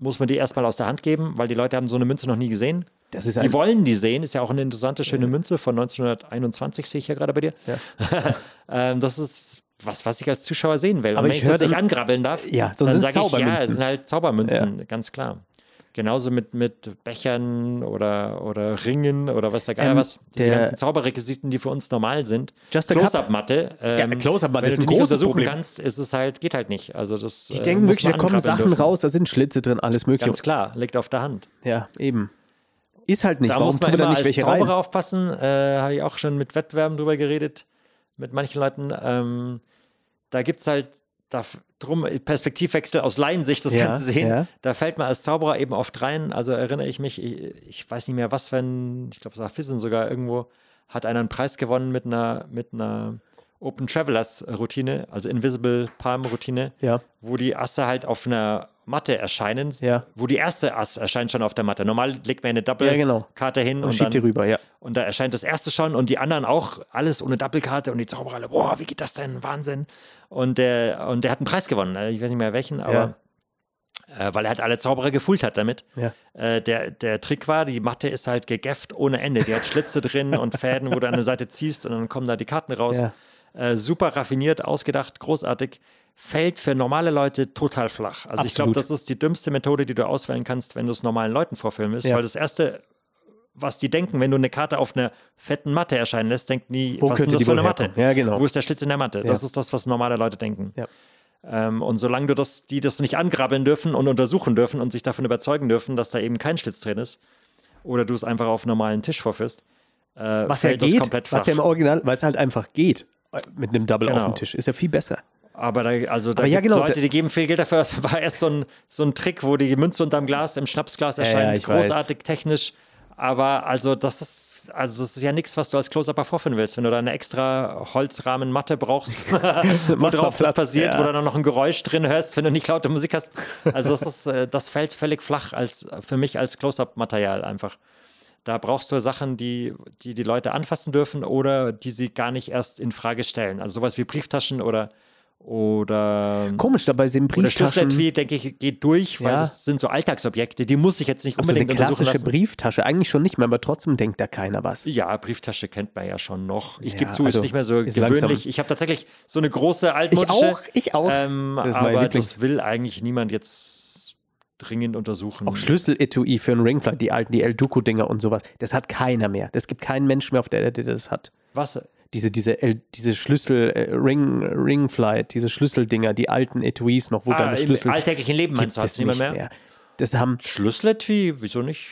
muss man die erstmal aus der Hand geben, weil die Leute haben so eine Münze noch nie gesehen.
Das ist
Die
ein,
wollen die sehen, ist ja auch eine interessante, schöne Münze von 1921, sehe ich ja gerade bei dir. [laughs] ähm, das ist was, was ich als Zuschauer sehen will.
Aber
Und wenn
ich
ich, das
höre
nicht
dann-
angrabbeln darf,
Ja, sonst
dann
sind's
sage ich, ja,
Zaubermünzen.
es sind halt Zaubermünzen, ganz klar. Genauso mit, mit Bechern oder, oder Ringen oder was da geil
Ähm,
was. Diese
der-
ganzen Zauberrequisiten, die für uns normal sind.
Just a
Close-Up-Matte. Ähm,
Close-Up-Matte
wenn
ist
du
ein
die nicht
großes
untersuchen
Problem.
kannst, ist es halt, geht halt nicht. Also das,
die denken wirklich, da kommen Sachen
dürfen.
raus, da sind Schlitze drin, alles mögliche.
Ganz klar, liegt auf der Hand.
Ja, eben. Ist halt nicht.
Da
Warum
muss
tun
man
wir da
immer
nicht
als
welche
Zauberer
rein?
aufpassen. Äh, Habe ich auch schon mit Wettbewerben drüber geredet, mit manchen Leuten. Ähm, da gibt es halt da, f- drum Perspektivwechsel aus Laiensicht, das
Ja,
kannst du sehen.
ja.
Da fällt man als Zauberer eben oft rein. Also erinnere ich mich, ich, ich weiß nicht mehr was, wenn, ich glaube, es war Fissen sogar irgendwo, hat einer einen Preis gewonnen mit einer, mit einer Open Travelers Routine, also Invisible Palm Routine
Ja.
wo die Asse halt auf einer Matte erscheinen,
Ja.
wo die erste Ass erscheint schon auf der Matte. Normal legt man eine
Ja, genau.
Doppelkarte hin
Und
und,
schiebt die
dann,
rüber, ja.
und da erscheint das erste schon und die anderen auch, alles ohne Doppelkarte und die Zauberer alle, boah, wie geht das denn? Wahnsinn. Und der, und der hat einen Preis gewonnen, ne? ich weiß nicht mehr welchen, aber äh, weil er halt alle Zauberer gefoolt hat damit.
Ja.
Äh, der, der Trick war, die Matte ist halt gegefft ohne Ende. Die hat Schlitze drin und Fäden, wo du an der Seite ziehst und dann kommen da die Karten raus.
Ja.
Äh, super raffiniert, ausgedacht, großartig. Fällt für normale Leute total flach. Also ich glaube,
Absolut.
das ist die dümmste Methode, die du auswählen kannst, wenn du es normalen Leuten vorführen willst.
Ja.
Weil das Erste, was die denken, wenn du eine Karte auf einer fetten Matte erscheinen lässt, denken die,
Wo
was ist
könnte
das
die
für eine
wohl
Matte?
herkommen? Ja, genau.
Wo ist der Schlitz in der Matte? Das ist das, was normale Leute denken.
Ja.
Ähm, und solange du das, die das nicht angrabbeln dürfen und untersuchen dürfen und sich davon überzeugen dürfen, dass da eben kein Schlitz drin ist, oder du es einfach auf einen normalen Tisch vorführst, äh,
Was ja
fällt das
geht,
komplett flach.
was ja im Original, weil es halt einfach geht. Mit einem Double auf
Genau.
dem Tisch. Ist ja viel
[laughs]
besser.
Aber da, also da
Aber
gibt's
ja, genau,
Leute,
da-
die geben viel Geld dafür. [laughs] Es war erst so ein, so ein Trick, wo die Münze unterm Glas, im Schnapsglas
ja,
erscheint.
ich
Großartig technisch. Aber also das ist, also das ist ja nichts, was du als Close-Upper vorfinden willst. Wenn du da eine extra
[laughs]
Holzrahmenmatte brauchst, wo
Macht da
drauf das
Platz,
passiert,
ja.
wo du dann noch ein Geräusch drin hörst, wenn du nicht laute Musik hast. Also das, ist, äh, das fällt völlig flach als für mich als Close-Up-Material einfach. Da brauchst du Sachen, die, die die Leute anfassen dürfen oder die sie gar nicht erst in Frage stellen. Also sowas wie Brieftaschen oder oder
Komisch, dabei sind
oder
Brieftaschen.
Schlüsseletui, denke ich, geht durch, weil
Ja.
das sind so Alltagsobjekte, die muss ich jetzt nicht
So eine
unbedingt untersuchen
klassische
lassen.
Brieftasche. Eigentlich schon nicht mehr, aber trotzdem denkt da keiner was.
ja, Brieftasche kennt man ja schon noch. Ich
Ja,
gebe zu,
also,
ist nicht mehr so
ist
gewöhnlich.
langsam.
Ich habe tatsächlich so eine große altmodische.
ich auch.
Ähm,
Das ist mein
aber
Lieblings-
das will eigentlich niemand jetzt dringend untersuchen.
Auch Schlüsseletui für einen Ringfly, die alten, die El Duco-Dinger und sowas. Das hat keiner mehr. Es gibt keinen Menschen mehr auf der Erde, der das hat.
Was?
Diese, diese, El, diese Schlüssel, äh, Ring, Ringfly, diese Schlüsseldinger, die alten Etuis noch, wo
Ah,
deine Schlüssel.
Im alltäglichen Leben
gibt
meinst du, hast
es
du nicht
nicht
mehr?
mehr.
mehr?
Das haben,
Schlüsseletui, wieso nicht?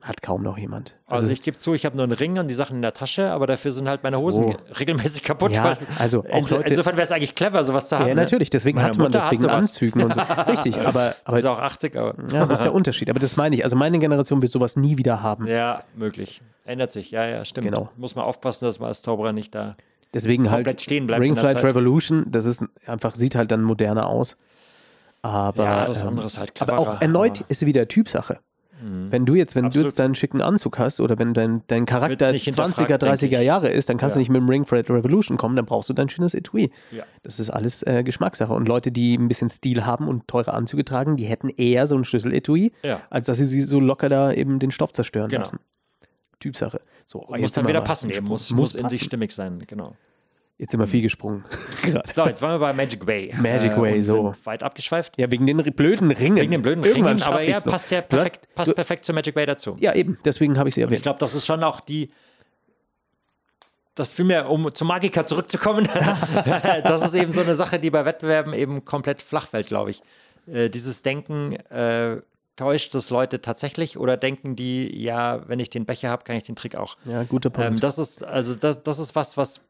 hat kaum noch jemand.
Also, ich gebe zu, ich habe nur einen Ring und die Sachen in der Tasche, aber dafür sind halt meine Hosen
So.
ge- regelmäßig kaputt.
Ja,
weil-
also auch
Inso,
Leute-
insofern wäre es eigentlich clever, sowas zu haben. ne?
ja, natürlich, deswegen
Meine
hatte man
Mutter
das
hat
wegen
sowas.
Anzügen
[laughs]
und so. Richtig, aber,
Ne?
aber
Ist auch 80, aber
ja,
[laughs]
das ist der Unterschied. Aber das meine ich. Also meine Generation wird sowas nie wieder haben.
ja, möglich. Ändert sich, ja, ja, stimmt.
Genau.
Muss man aufpassen, dass man als Zauberer nicht da.
Deswegen halt
komplett stehen bleibt in der
Ringflight
Zeit.
Revolution, das ist einfach, sieht halt dann moderner aus. Aber,
Ja, das
ähm,
andere ist halt cleverer.
aber auch erneut ist wieder Typsache. Wenn du jetzt, wenn
Absolut.
du jetzt deinen schicken Anzug hast oder wenn dein, dein Charakter
Mhm. Wird's nicht
20er,
hinterfragt,
30er
denk ich.
Jahre ist, dann kannst du
Ja.
nicht mit dem Ringflight Revolution kommen, dann brauchst du dein schönes Etui.
Ja.
Das ist alles äh, Geschmackssache. Und Leute, die ein bisschen Stil haben und teure Anzüge tragen, die hätten eher so ein Schlüssel-Etui,
Ja.
als dass sie sie so locker da eben den Stoff zerstören
Genau.
lassen. Typsache. So,
muss
jetzt
dann
sind wir
wieder
mal-
passen. Eben. Muss,
Muss
muss, in sich
passen.
stimmig sein, genau.
Jetzt sind wir viel gesprungen. [laughs] Gerade.
So, jetzt waren wir bei Magic Way. Äh,
Magic Way,
und
so.
Sind weit abgeschweift.
Ja, wegen den ri- blöden Ringen.
Wegen den blöden
Irgendwann
Ringen, aber
schaff
ja,
ich's noch.
passt ja
Du hast-
perfekt, passt perfekt zu Magic Way dazu.
Ja, eben. Deswegen habe ich sie
Ich
erwähnt.
glaube, das ist schon auch die. Das vielmehr, um zum Magiker zurückzukommen, [laughs] das ist eben so eine Sache, die bei Wettbewerben eben komplett flach fällt, glaube ich. Äh, dieses Denken, äh, täuscht das Leute tatsächlich oder denken die, ja, wenn ich den Becher habe, kann ich den Trick auch.
Ja, guter Punkt.
Ähm, das ist, also das, das ist was, was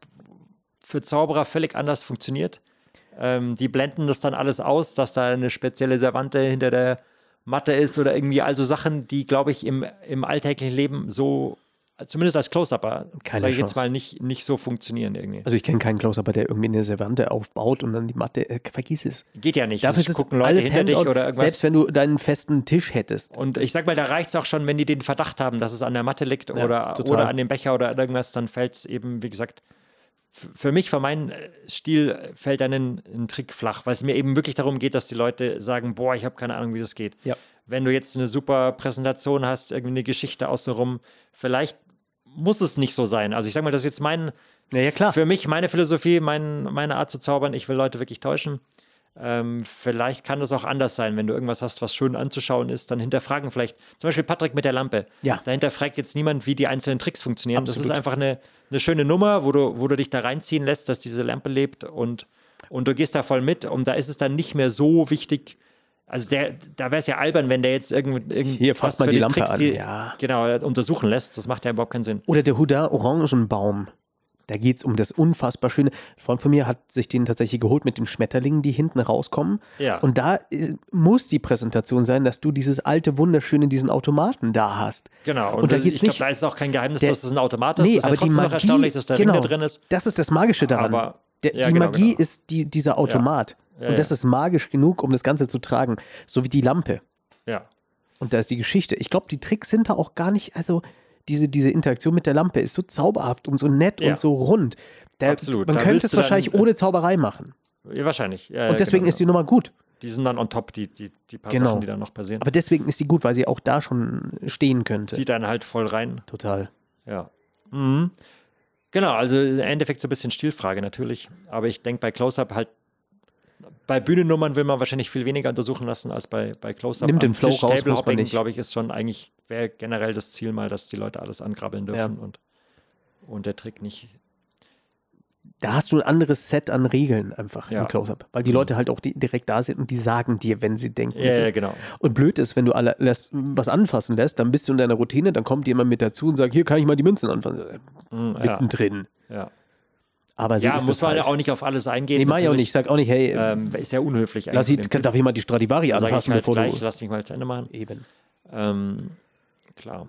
für Zauberer völlig anders funktioniert. Ähm, die blenden das dann alles aus, dass da eine spezielle Servante hinter der Matte ist oder irgendwie also Sachen, die, glaube ich, im, im alltäglichen Leben so, zumindest als Close-Upper,
Keine
sage ich jetzt
Chance.
mal, nicht, nicht so funktionieren irgendwie.
also ich kenne keinen Close-Upper, der irgendwie eine Servante aufbaut und dann die Matte, äh, vergiss es.
Geht ja nicht.
Dafür
Es
ist es
gucken Leute
alles
hinter dich
Handout,
oder irgendwas.
Selbst wenn du deinen festen Tisch hättest.
Und ich sag mal, da reicht es auch schon, wenn die den Verdacht haben, dass es an der Matte liegt oder,
total.
oder an dem Becher oder an irgendwas, dann fällt es eben, wie gesagt, f- für mich, für meinen äh, Stil äh, fällt dann ein, ein Trick flach, weil es mir eben wirklich darum geht, dass die Leute sagen, boah, ich habe keine Ahnung, wie das geht.
Ja.
Wenn du jetzt eine super Präsentation hast, irgendwie eine Geschichte außenrum, vielleicht muss es nicht so sein. Also ich sag mal, das ist jetzt mein,
Ja, ja, klar.
für mich, meine Philosophie, mein, meine Art zu zaubern, ich will Leute wirklich täuschen. Ähm, vielleicht kann das auch anders sein, wenn du irgendwas hast, was schön anzuschauen ist, dann hinterfragen vielleicht. Zum Beispiel Patrick mit der Lampe.
Ja.
Da hinterfragt jetzt niemand, wie die einzelnen Tricks funktionieren. Das ist
Absolut.
einfach eine, eine schöne Nummer, wo du, wo du dich da reinziehen lässt, dass diese Lampe lebt und, und du gehst da voll mit und da ist es dann nicht mehr so wichtig. Also der, da wäre es ja albern, wenn der jetzt irgend, irgend
Hier, fass
was
mal
für
die Lampe an.
die,
Ja.
genau untersuchen lässt. Das macht ja überhaupt keinen Sinn.
Oder der Huda Orangenbaum. Da geht es um das unfassbar schöne. Ein Freund von mir hat sich den tatsächlich geholt mit den Schmetterlingen, die hinten rauskommen.
Ja.
Und da äh, muss die Präsentation sein, dass du dieses alte, wunderschöne, diesen Automaten da hast.
Genau,
Und, da
das-
geht's
ich
nicht.
glaube, da ist auch kein Geheimnis,
Der-
dass das ein Automat ist. das ist ja trotzdem noch erstaunlich, dass der
genau.
Ring da drin ist.
Das ist das Magische daran.
Aber-
der,
ja,
die
genau,
Magie
genau.
ist die, dieser Automat.
Ja,
und das
ja.
ist magisch genug, um das Ganze zu tragen. So wie die Lampe.
Ja.
Und da ist die Geschichte. Ich glaube, die Tricks sind da auch gar nicht, also diese, diese Interaktion mit der Lampe ist so zauberhaft und so nett
Ja.
und so rund. Da,
Absolut.
Man
Da
könnte
willst
es
du dann-
wahrscheinlich ohne Zauberei machen.
ja, wahrscheinlich. Ja, ja,
Und deswegen
genau,
ist die Nummer gut.
genau. Die sind dann on top, die, die, die paar
Genau.
Sachen, die dann noch passieren.
Aber deswegen ist die gut, weil sie auch da schon stehen könnte.
Zieht einen halt voll rein.
Total.
Ja. Mhm. Genau, also im Endeffekt so ein bisschen Stilfrage natürlich. Aber ich denke bei Close-Up halt, bei Bühnennummern will man wahrscheinlich viel weniger untersuchen lassen als bei, bei Close-Up.
Nimmt
Am
den Flow
Tisch,
raus,
Table
muss man
Hopping,
nicht.
glaube ich, ist schon eigentlich, wäre generell das Ziel mal, dass die Leute alles angrabbeln dürfen und, und der Trick nicht,
Da hast du ein anderes Set an Regeln einfach
Ja. Mhm.
im Close-Up, weil die Leute halt auch di- direkt da sind und die sagen dir, wenn sie denken.
Ja,
es
ja,
ist-
genau.
Und blöd ist, wenn du alle lässt, was anfassen lässt, dann bist du in deiner Routine, dann kommt jemand mit dazu und sagt, hier kann ich mal die Münzen anfassen. Äh,
Mhm, ja,
Mittendrin.
ja.
Aber so
ja
Also ist
muss
es
man
halt.
auch nicht auf alles eingehen.
Nee, mach ich auch
natürlich.
nicht. Sag auch nicht, hey,
Ähm, ist ja unhöflich
Lass
eigentlich.
ich, darf ich mal die Stradivari
Sag ich
anfassen,
halt
bevor
gleich,
du.
lass mich mal zu Ende machen.
Eben.
Ähm, klar,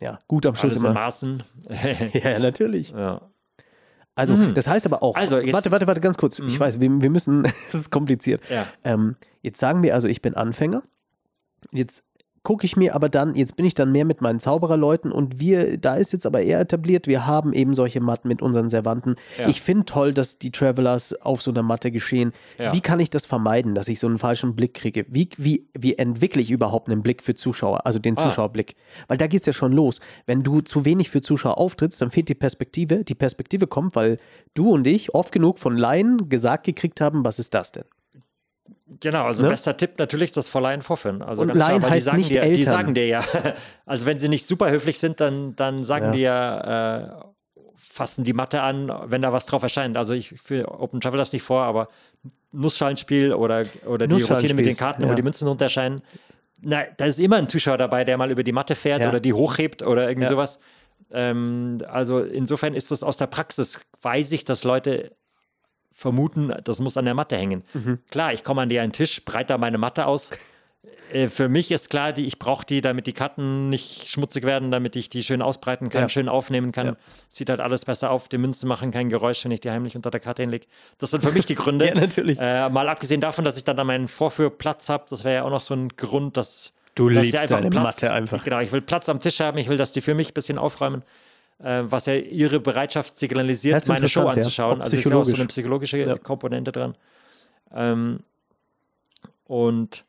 Ja, gut am Schluss
alles in
immer.
Maßen.
[laughs]
[laughs]
Ja, natürlich.
ja.
Also, das heißt aber auch.
Also, jetzt- Mhm.
warte, warte, warte, ganz kurz. Ich weiß, wir, wir müssen. [laughs] Es ist kompliziert.
Ja.
Ähm, jetzt sagen wir also, ich bin Anfänger. Jetzt gucke ich mir aber dann, jetzt bin ich dann mehr mit meinen Zaubererleuten und wir, da ist jetzt aber eher etabliert, wir haben eben solche Matten mit unseren Servanten.
Ja.
Ich finde toll, dass die Travelers auf so einer Matte geschehen.
Ja.
Wie kann ich das vermeiden, dass ich so einen falschen Blick kriege? Wie, wie, wie entwickle ich überhaupt einen Blick für Zuschauer, also den
Ah.
Zuschauerblick? Weil da geht es ja schon los. Wenn du zu wenig für Zuschauer auftrittst, dann fehlt die Perspektive. Die Perspektive kommt, weil du und ich oft genug von Laien gesagt gekriegt haben, was ist das denn?
Genau, also
Ne?
bester Tipp natürlich das Verleihen vorführen. Also
Und
ganz klar,
Laien
weil die
heißt
sagen,
nicht
dir, die
Eltern.
sagen dir ja. [laughs] Also wenn sie nicht super höflich sind, dann, dann sagen
Ja.
die ja, äh, fassen die Matte an, wenn da was drauf erscheint. Also ich für Open Travel das nicht vor, aber Nussschalenspiel oder, oder die Routine mit
Nussschalenspiel,
den Karten, wo
ja.
die Münzen runter erscheinen. Na, da ist immer ein Zuschauer dabei, der mal über die Matte fährt
Ja.
oder die hochhebt oder irgendwie
Ja.
sowas. Ähm, also insofern ist das aus der Praxis, weiß ich, dass Leute vermuten, das muss an der Matte hängen.
Mhm.
Klar, ich komme an dir einen Tisch, breite da meine Matte aus. Äh, Für mich ist klar, die, ich brauche die, damit die Karten nicht schmutzig werden, damit ich die schön ausbreiten kann,
Ja.
schön aufnehmen kann.
Ja.
Sieht halt alles besser auf. Die Münzen machen kein Geräusch, wenn ich die heimlich unter der Karte hinlege. Das sind für
[laughs]
mich die Gründe.
Ja, natürlich.
Äh, mal abgesehen davon, dass ich dann da meinen Vorführplatz habe, das wäre ja auch noch so ein Grund, dass
Du
dass
liebst
die
deine
Platz,
Matte einfach.
Genau, ich will Platz am Tisch haben, ich will, dass die für mich ein bisschen aufräumen, äh, was ja ihre Bereitschaft
Das
signalisiert,
ist
meine Show
interessant, ja.
anzuschauen.
Auch
Also ist ja auch so eine
psychologisch.
psychologische
Ja.
Komponente dran. Ähm, und,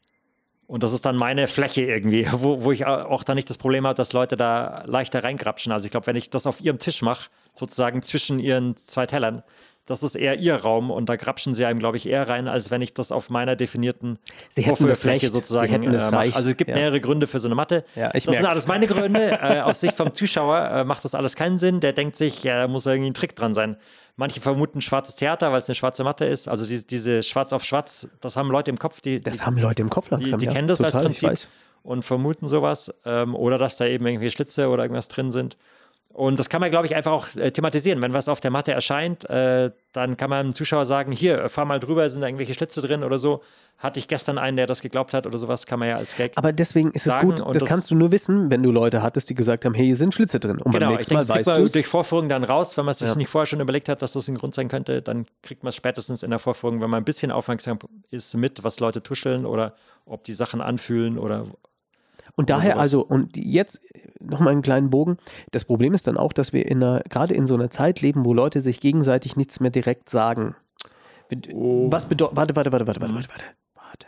und das ist dann meine Fläche irgendwie, [laughs] wo, wo ich au- auch dann nicht das Problem habe, dass Leute da leichter reingrapschen. Also ich glaube, wenn ich das auf ihrem Tisch mache, sozusagen zwischen ihren zwei Tellern, das ist eher ihr Raum und da grapschen sie einem, glaube ich, eher rein, als wenn ich das auf meiner definierten
Sie hätten das
Vorführfläche
Recht.
sozusagen
Sie hätten das
äh, mache.
Recht,
Also es gibt
ja.
mehrere Gründe für so eine Matte.
Ja, ich
das sind
merk's.
alles meine Gründe. äh, aus Sicht vom Zuschauer äh, macht das alles keinen Sinn. Der denkt sich, ja, da muss irgendwie ein Trick dran sein. Manche vermuten schwarzes Theater, weil es eine schwarze Matte ist. Also diese, diese Schwarz auf Schwarz, das haben Leute im Kopf, die,
Das haben Leute im Kopf
die,
langsam.
die
ja.
kennen das
Total,
als
Ich
Prinzip
weiß.
und vermuten sowas ähm, oder dass da eben irgendwie Schlitze oder irgendwas drin sind. Und das kann man, glaube ich, einfach auch äh, thematisieren. Wenn was auf der Matte erscheint, äh, dann kann man dem Zuschauer sagen, hier, fahr mal drüber, sind da irgendwelche Schlitze drin oder so. Hatte ich gestern einen, der das geglaubt hat oder sowas, kann man ja als Gag.
Aber deswegen ist es
sagen
gut,
und
das,
das-
kannst du nur wissen, wenn du Leute hattest, die gesagt haben, hey, hier sind Schlitze drin. Und beim
genau, ich
nächsten
denke,
Mal
das kriegt
weißt
man
du
durch Vorführung dann raus. Wenn man es sich nicht vorher schon überlegt hat, dass das ein Grund sein könnte, dann kriegt man es spätestens in der Vorführung, wenn man ein bisschen aufmerksam ist mit, was Leute tuscheln oder ob die Sachen anfühlen oder
Und daher
sowas.
also, und jetzt nochmal einen kleinen Bogen. Das Problem ist dann auch, dass wir in einer, gerade in so einer Zeit leben, wo Leute sich gegenseitig nichts mehr direkt sagen. Mit-
Oh.
Was bedeutet, warte, warte, warte,
Hm.
warte, warte, warte, warte, warte,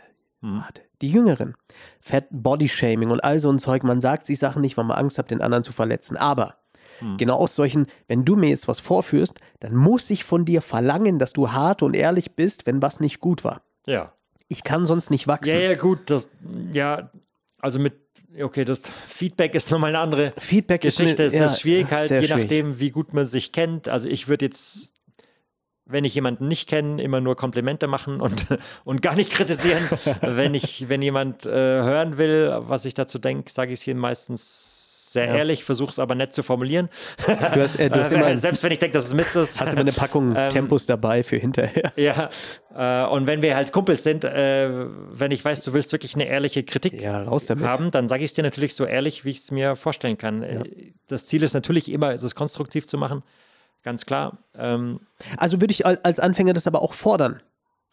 warte. Die Jüngeren. Fat Body Shaming und all so ein Zeug. Man sagt sich Sachen nicht, weil man Angst hat, den anderen zu verletzen. Aber
Hm.
genau aus solchen, wenn du mir jetzt was vorführst, dann muss ich von dir verlangen, dass du hart und ehrlich bist, wenn was nicht gut war.
ja.
Ich kann sonst nicht wachsen.
Ja, ja, gut, das, ja, also mit, okay, das [laughs] Feedback ist nochmal eine andere
Feedback
Geschichte.
ist
Es
eine,
ist schwierig halt,
sehr
je
schwierig.
nachdem, wie gut man sich kennt. Also ich würde jetzt, wenn ich jemanden nicht kenne, immer nur Komplimente machen und, [laughs] und gar
[laughs]
nicht kritisieren. wenn ich, wenn jemand äh, hören will, was ich dazu denke, sage ich es ihnen meistens sehr ehrlich, versuche es aber nett zu formulieren.
Du hast, äh, du
[laughs]
hast
Äh,
immer, hast
selbst wenn ich denke, dass es Mist ist.
immer
[laughs]
ne- eine Packung
Ähm,
Tempos dabei für hinterher.
Ja, äh, und wenn wir halt Kumpels sind, äh, wenn ich weiß, du willst wirklich eine ehrliche Kritik
Ja, raus damit.
haben, dann sage ich es dir natürlich so ehrlich, wie ich es mir vorstellen kann. Äh, Das Ziel ist natürlich immer, es konstruktiv zu machen, ganz klar. Ähm,
Also würde ich al- als Anfänger das aber auch fordern.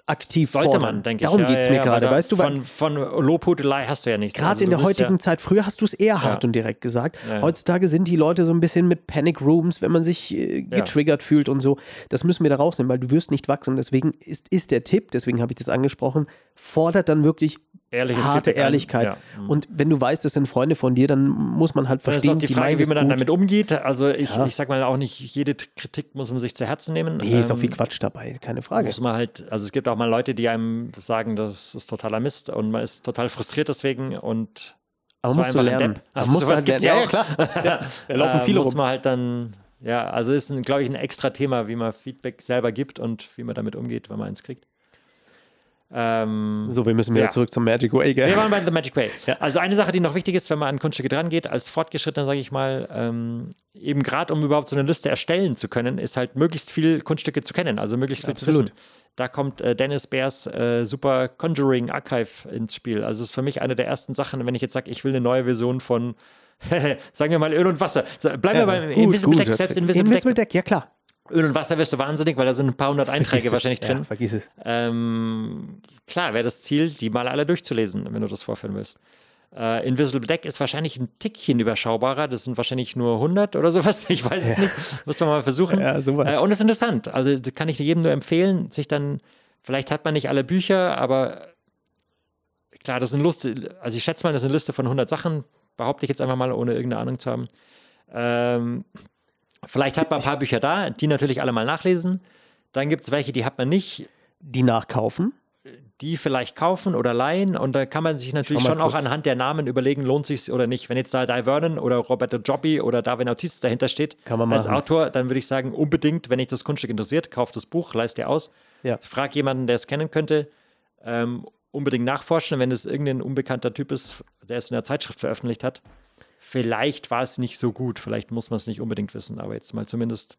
Aktiv
sollte
fordern.
man, denke ich.
Darum
Ja,
geht es
ja,
mir
ja,
gerade.
weil da
Weißt du, weil
von, von Lobhudelei hast du ja nichts.
gerade
Also
in der
du bist
heutigen
ja,
Zeit, früher hast du es eher hart
Ja.
und direkt gesagt.
ja.
Heutzutage sind die Leute so ein bisschen mit Panic Rooms, wenn man sich äh, getriggert fühlt und so. Das müssen wir da rausnehmen, weil du wirst nicht wachsen. Deswegen ist, ist der Tipp, deswegen habe ich das angesprochen, fordert dann wirklich
Ehrliches
harte
Feedback ein.
Ehrlichkeit.
Ja. Mhm.
Und wenn du weißt, das sind Freunde von dir, dann muss man halt
Das ist auch
verstehen,
die
die
Frage,
meinen
wie
es
man dann
gut.
damit umgeht. Also ich,
Ja.
ich sag mal auch nicht, jede T- Kritik muss man sich zu Herzen nehmen. Ähm,
Nee, ist auch viel Quatsch dabei, keine Frage.
Muss man halt, also es gibt auch mal Leute, die einem sagen, das ist totaler Mist und man ist total frustriert deswegen und
Aber
es war
musst du
einfach ein
lernen.
Depp.
Aber
Also
musst du
sowas
halt
gibt's
lernen.
ja
Ja,
auch. [laughs]
Da laufen
Äh,
viele
muss
rum.
man halt dann, ja, also ist, glaube ich, ein extra Thema, wie man Feedback selber gibt und wie man damit umgeht, wenn man eins kriegt. Ähm,
So, wir müssen wieder
Ja.
zurück zum Magic Way, gell?
wir waren bei The Magic Way. Also eine Sache, die noch wichtig ist, wenn man an Kunststücke dran geht, als Fortgeschrittener, sage ich mal, ähm, eben gerade um überhaupt so eine Liste erstellen zu können, ist halt möglichst viel Kunststücke zu kennen, also möglichst viel zu
Absolut.
wissen. Da kommt äh, Dennis Bears äh, super Conjuring Archive ins Spiel. Also ist für mich eine der ersten Sachen, wenn ich jetzt sage, ich will eine neue Version von, [laughs] sagen wir mal, Öl und Wasser. So, bleiben wir beim Invisible Deck, selbst Invisible,
Invisible
Deck.
Deck, ja klar.
Öl und Wasser wirst du wahnsinnig, weil da sind ein paar hundert Einträge
Vergiss es.
wahrscheinlich drin.
Ja, vergiss es.
Ähm, klar, wäre das Ziel, die mal alle durchzulesen, wenn du das vorführen willst. Äh, Invisible Deck ist wahrscheinlich ein Tickchen überschaubarer. Das sind wahrscheinlich nur 100 oder sowas. Ich weiß es nicht. Muss man mal versuchen.
Ja, sowas.
Äh, und ist interessant. Also das kann ich jedem nur empfehlen, sich dann, vielleicht hat man nicht alle Bücher, aber klar, das ist eine Liste. Also ich schätze mal, das ist eine Liste von 100 Sachen. Behaupte ich jetzt einfach mal, ohne irgendeine Ahnung zu haben. Ähm, vielleicht hat man ein paar Bücher da, die natürlich alle mal nachlesen. Dann gibt es welche, die hat man nicht
Die nachkaufen.
die vielleicht kaufen oder leihen. Und da kann man sich natürlich
Schau mal
schon auch
kurz.
anhand der Namen überlegen, lohnt sich oder nicht. Wenn jetzt da Di Vernon oder Roberto Jobbi oder Darwin Autis dahinter steht
Kann man
als
machen.
Autor, dann würde ich sagen, unbedingt, wenn dich das Kunststück interessiert, kauf das Buch, leist dir aus.
Ja.
Frag jemanden, der es kennen könnte, ähm, unbedingt nachforschen. Wenn es irgendein unbekannter Typ ist, der es in der Zeitschrift veröffentlicht hat, vielleicht war es nicht so gut. Vielleicht muss man es nicht unbedingt wissen, aber jetzt mal zumindest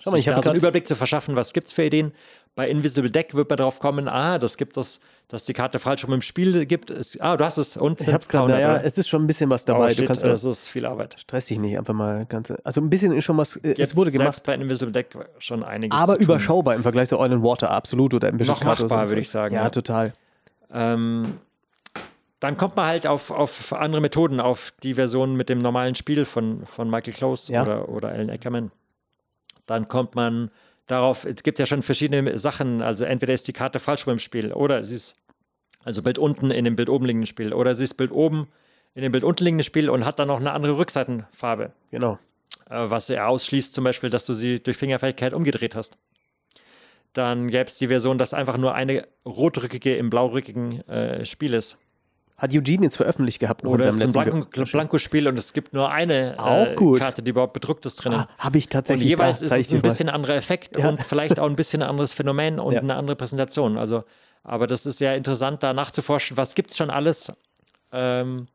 Schau mal,
sich
ich habe
da so einen
grad-
Überblick zu verschaffen, was gibt es für Ideen. Bei Invisible Deck wird man drauf kommen, ah, das gibt es, dass die Karte falsch rum im Spiel gibt. Es, ah, du hast es. Und
Ich hab's gerade, naja, es ist schon ein bisschen was dabei.
dabei.
du kannst
Oh,
also,
das ist viel Arbeit.
stress dich nicht, einfach mal ganze. Also ein bisschen ist schon was, äh, es wurde gemacht,
selbst bei Invisible Deck schon einiges. zu
aber
tun.
überschaubar im Vergleich zu Oil and Water, absolut. Oder Ambitious
Noch
Carter
machbar,
und so.
würde ich sagen,
Ja,
ja.
total.
Ähm, dann kommt man halt auf, auf andere Methoden, auf die Version mit dem normalen Spiel von, von Michael Close
Ja.
oder, oder Alan Ackerman. Dann kommt man darauf, es gibt ja schon verschiedene Sachen, also entweder ist die Karte falsch beim Spiel oder sie ist also Bild unten in dem Bild oben liegenden Spiel oder sie ist Bild oben in dem Bild unten liegenden Spiel und hat dann noch eine andere Rückseitenfarbe
Genau.
äh, was er ausschließt, zum Beispiel, dass du sie durch Fingerfähigkeit umgedreht hast. Dann gäbe es die Version, dass einfach nur eine rotrückige im blaurückigen äh, Spiel ist.
Hat Eugene jetzt veröffentlicht gehabt noch
Oder
in
es ist
seinem
ein
letzten
Blanko- Blankospiel und es gibt nur eine äh,
Auch gut.
Karte, die überhaupt bedruckt ist drinnen.
Ah, habe ich
und
tatsächlich.
jeweils
da,
ist
zeig
es
ich dir
ein
mal.
bisschen anderer Effekt
Ja.
und vielleicht auch ein bisschen anderes Phänomen und
Ja.
eine andere Präsentation. Also, aber das ist sehr interessant, da nachzuforschen, was gibt es schon alles. Ähm,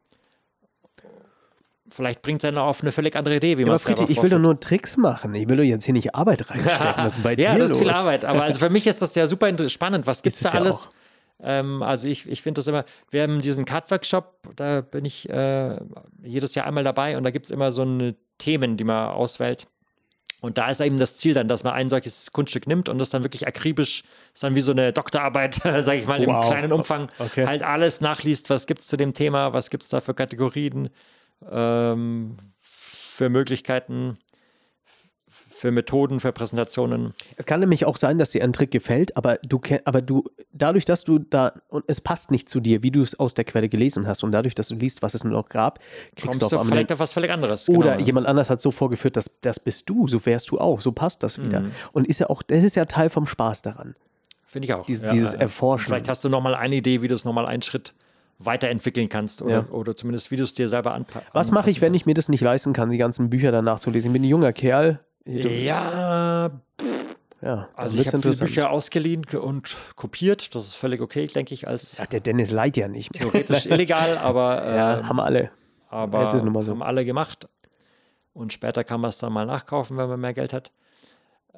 vielleicht bringt es einen auf eine völlig andere Idee, wie man
Aber
es selber
Fritti, ich will
vorführt.
doch nur Tricks machen. Ich will doch jetzt hier nicht Arbeit reinstecken. Was ist denn bei
[laughs] ja,
dir
das ist
los?
viel Arbeit. Aber also für mich ist das ja super inter- spannend. Was gibt's
Ist
da
es ja
alles? Ähm, also ich, ich finde das immer, wir haben diesen Card-Workshop, da bin ich äh, jedes Jahr einmal dabei und da gibt's immer so eine Themen, die man auswählt. Und da ist eben das Ziel dann, dass man ein solches Kunststück nimmt und das dann wirklich akribisch, ist dann wie so eine Doktorarbeit, [laughs] sage ich mal, im
Wow.
kleinen Umfang,
Okay.
halt alles nachliest, was gibt's zu dem Thema, was gibt's da für Kategorien, ähm, für Möglichkeiten, für Methoden, für Präsentationen.
Es kann nämlich auch sein, dass dir ein Trick gefällt, aber du, ken- aber du, dadurch, dass du da, und es passt nicht zu dir, wie du es aus der Quelle gelesen hast, und dadurch, dass du liest, was es nur noch gab, kriegst
kommst
du
du
auf einmal
vielleicht auf was völlig anderes.
Oder
genau.
jemand anders hat so vorgeführt, dass das bist du, so wärst du auch, so passt das wieder.
Mhm.
Und ist ja auch, das ist ja Teil vom Spaß daran.
Finde ich auch.
Dies- dieses Erforschen.
äh, Vielleicht hast du nochmal eine Idee, wie du es nochmal einen Schritt weiterentwickeln kannst oder,
Ja.
oder zumindest wie du es dir selber anpassen
Was mache ich, wenn ich mir das nicht leisten kann, die ganzen Bücher danach zu lesen? Ich bin ein junger Kerl.
Ja,
Ja, dann
also ich
wird's
habe viele
interessant.
Bücher ausgeliehen und kopiert. Das ist völlig okay, denke ich, als
Ach, der Dennis leiht ja nicht. [laughs]
theoretisch illegal, aber, äh,
Ja, haben alle.
aber
es ist nun mal so.
haben alle gemacht. Und später kann man es dann mal nachkaufen, wenn man mehr Geld hat.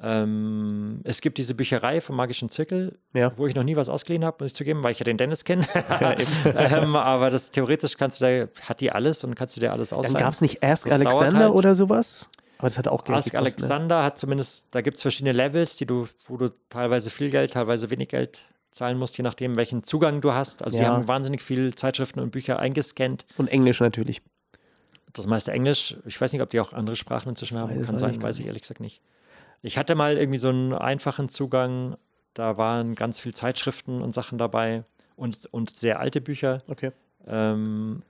Ähm, es gibt diese Bücherei vom Magischen Zirkel,
Ja.
wo ich noch nie was ausgeliehen habe, muss ich zugeben, weil ich ja den
[laughs]
Dennis kenne. [laughs] ähm, aber das theoretisch kannst du da, hat die alles und kannst du dir alles
Dann
ausleihen.
gab es nicht Ask
Das dauert
Alexander
halt.
oder sowas? Aber das hat auch Geld
Ask
gekostet, ne?
Alexander hat zumindest, da gibt es verschiedene Levels, die du, wo du teilweise viel Geld, teilweise wenig Geld zahlen musst, je nachdem, welchen Zugang du hast. Also die
Ja.
haben wahnsinnig viel Zeitschriften und Bücher eingescannt.
Und Englisch natürlich.
Das meiste Englisch. Ich weiß nicht, ob die auch andere Sprachen inzwischen haben.
weiß-
Kann
weiß
sein,
ich gar
weiß ich ehrlich gesagt nicht. Ich hatte mal irgendwie so einen einfachen Zugang. Da waren ganz viel Zeitschriften und Sachen dabei und, und sehr alte Bücher.
Okay.
Ähm,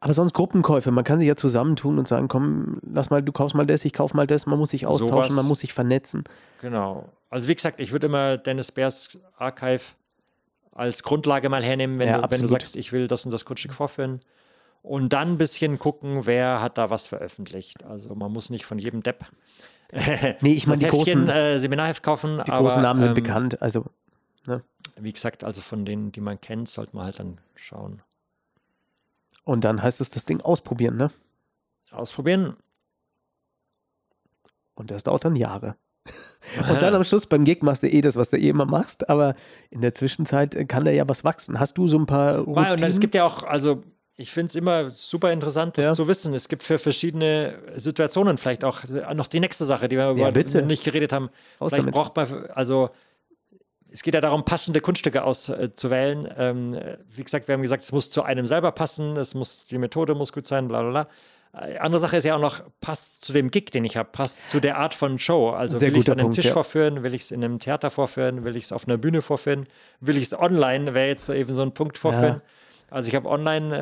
Aber sonst Gruppenkäufe, man kann sich ja zusammentun und sagen, komm, lass mal, du kaufst mal das, ich kauf mal das, man muss sich austauschen,
Sowas.
man muss sich vernetzen.
Genau. Also wie gesagt, ich würde immer Dennis Bears Archive als Grundlage mal hernehmen, wenn,
Ja,
du, wenn du
absolut.
sagst, ich will das und das Kunststück vorführen. Und dann ein bisschen gucken, wer hat da was veröffentlicht. Also man muss nicht von jedem Depp [laughs]
Nee, ich meine,
das
die
Heftchen
großen,
äh, Seminarheft kaufen.
die
aber,
großen Namen sind
ähm,
bekannt. Also
Wie gesagt, also von denen, die man kennt, sollte man halt dann schauen.
Und dann heißt es das Ding ausprobieren, ne?
Ausprobieren.
Und das dauert dann
[laughs]
Jahre. Und dann am Schluss beim Gig machst du eh das, was du eh immer machst, aber in der Zwischenzeit äh, kann da ja was wachsen. Hast du so ein paar Routinen?
Weil, und dann, es gibt ja auch, also ich finde es immer super interessant, das
Ja.
zu wissen. Es gibt für verschiedene Situationen vielleicht auch noch die nächste Sache, die wir
Ja,
über
bitte.
nicht geredet haben.
Raus
vielleicht
damit.
braucht man, also es geht ja darum, passende Kunststücke auszuwählen. Ähm, äh, wie gesagt, wir haben gesagt, es muss zu einem selber passen, es muss, die Methode muss gut sein, bla bla bla. Äh, Andere Sache ist ja auch noch, passt zu dem Gig, den ich habe, passt zu der Art von Show. Also
Sehr
will ich es
guter
an einem
Punkt,
Tisch
ja.
vorführen, will ich es in einem Theater vorführen, will ich es auf einer Bühne vorführen, will ich es online, wäre jetzt eben so ein Punkt vorführen. Also ich habe online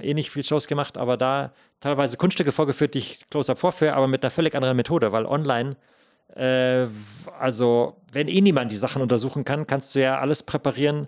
äh, eh nicht viel Shows gemacht, aber da teilweise Kunststücke vorgeführt, die ich close-up vorführe, aber mit einer völlig anderen Methode, weil online Äh, also, wenn eh niemand die Sachen untersuchen kann, kannst du ja alles präparieren,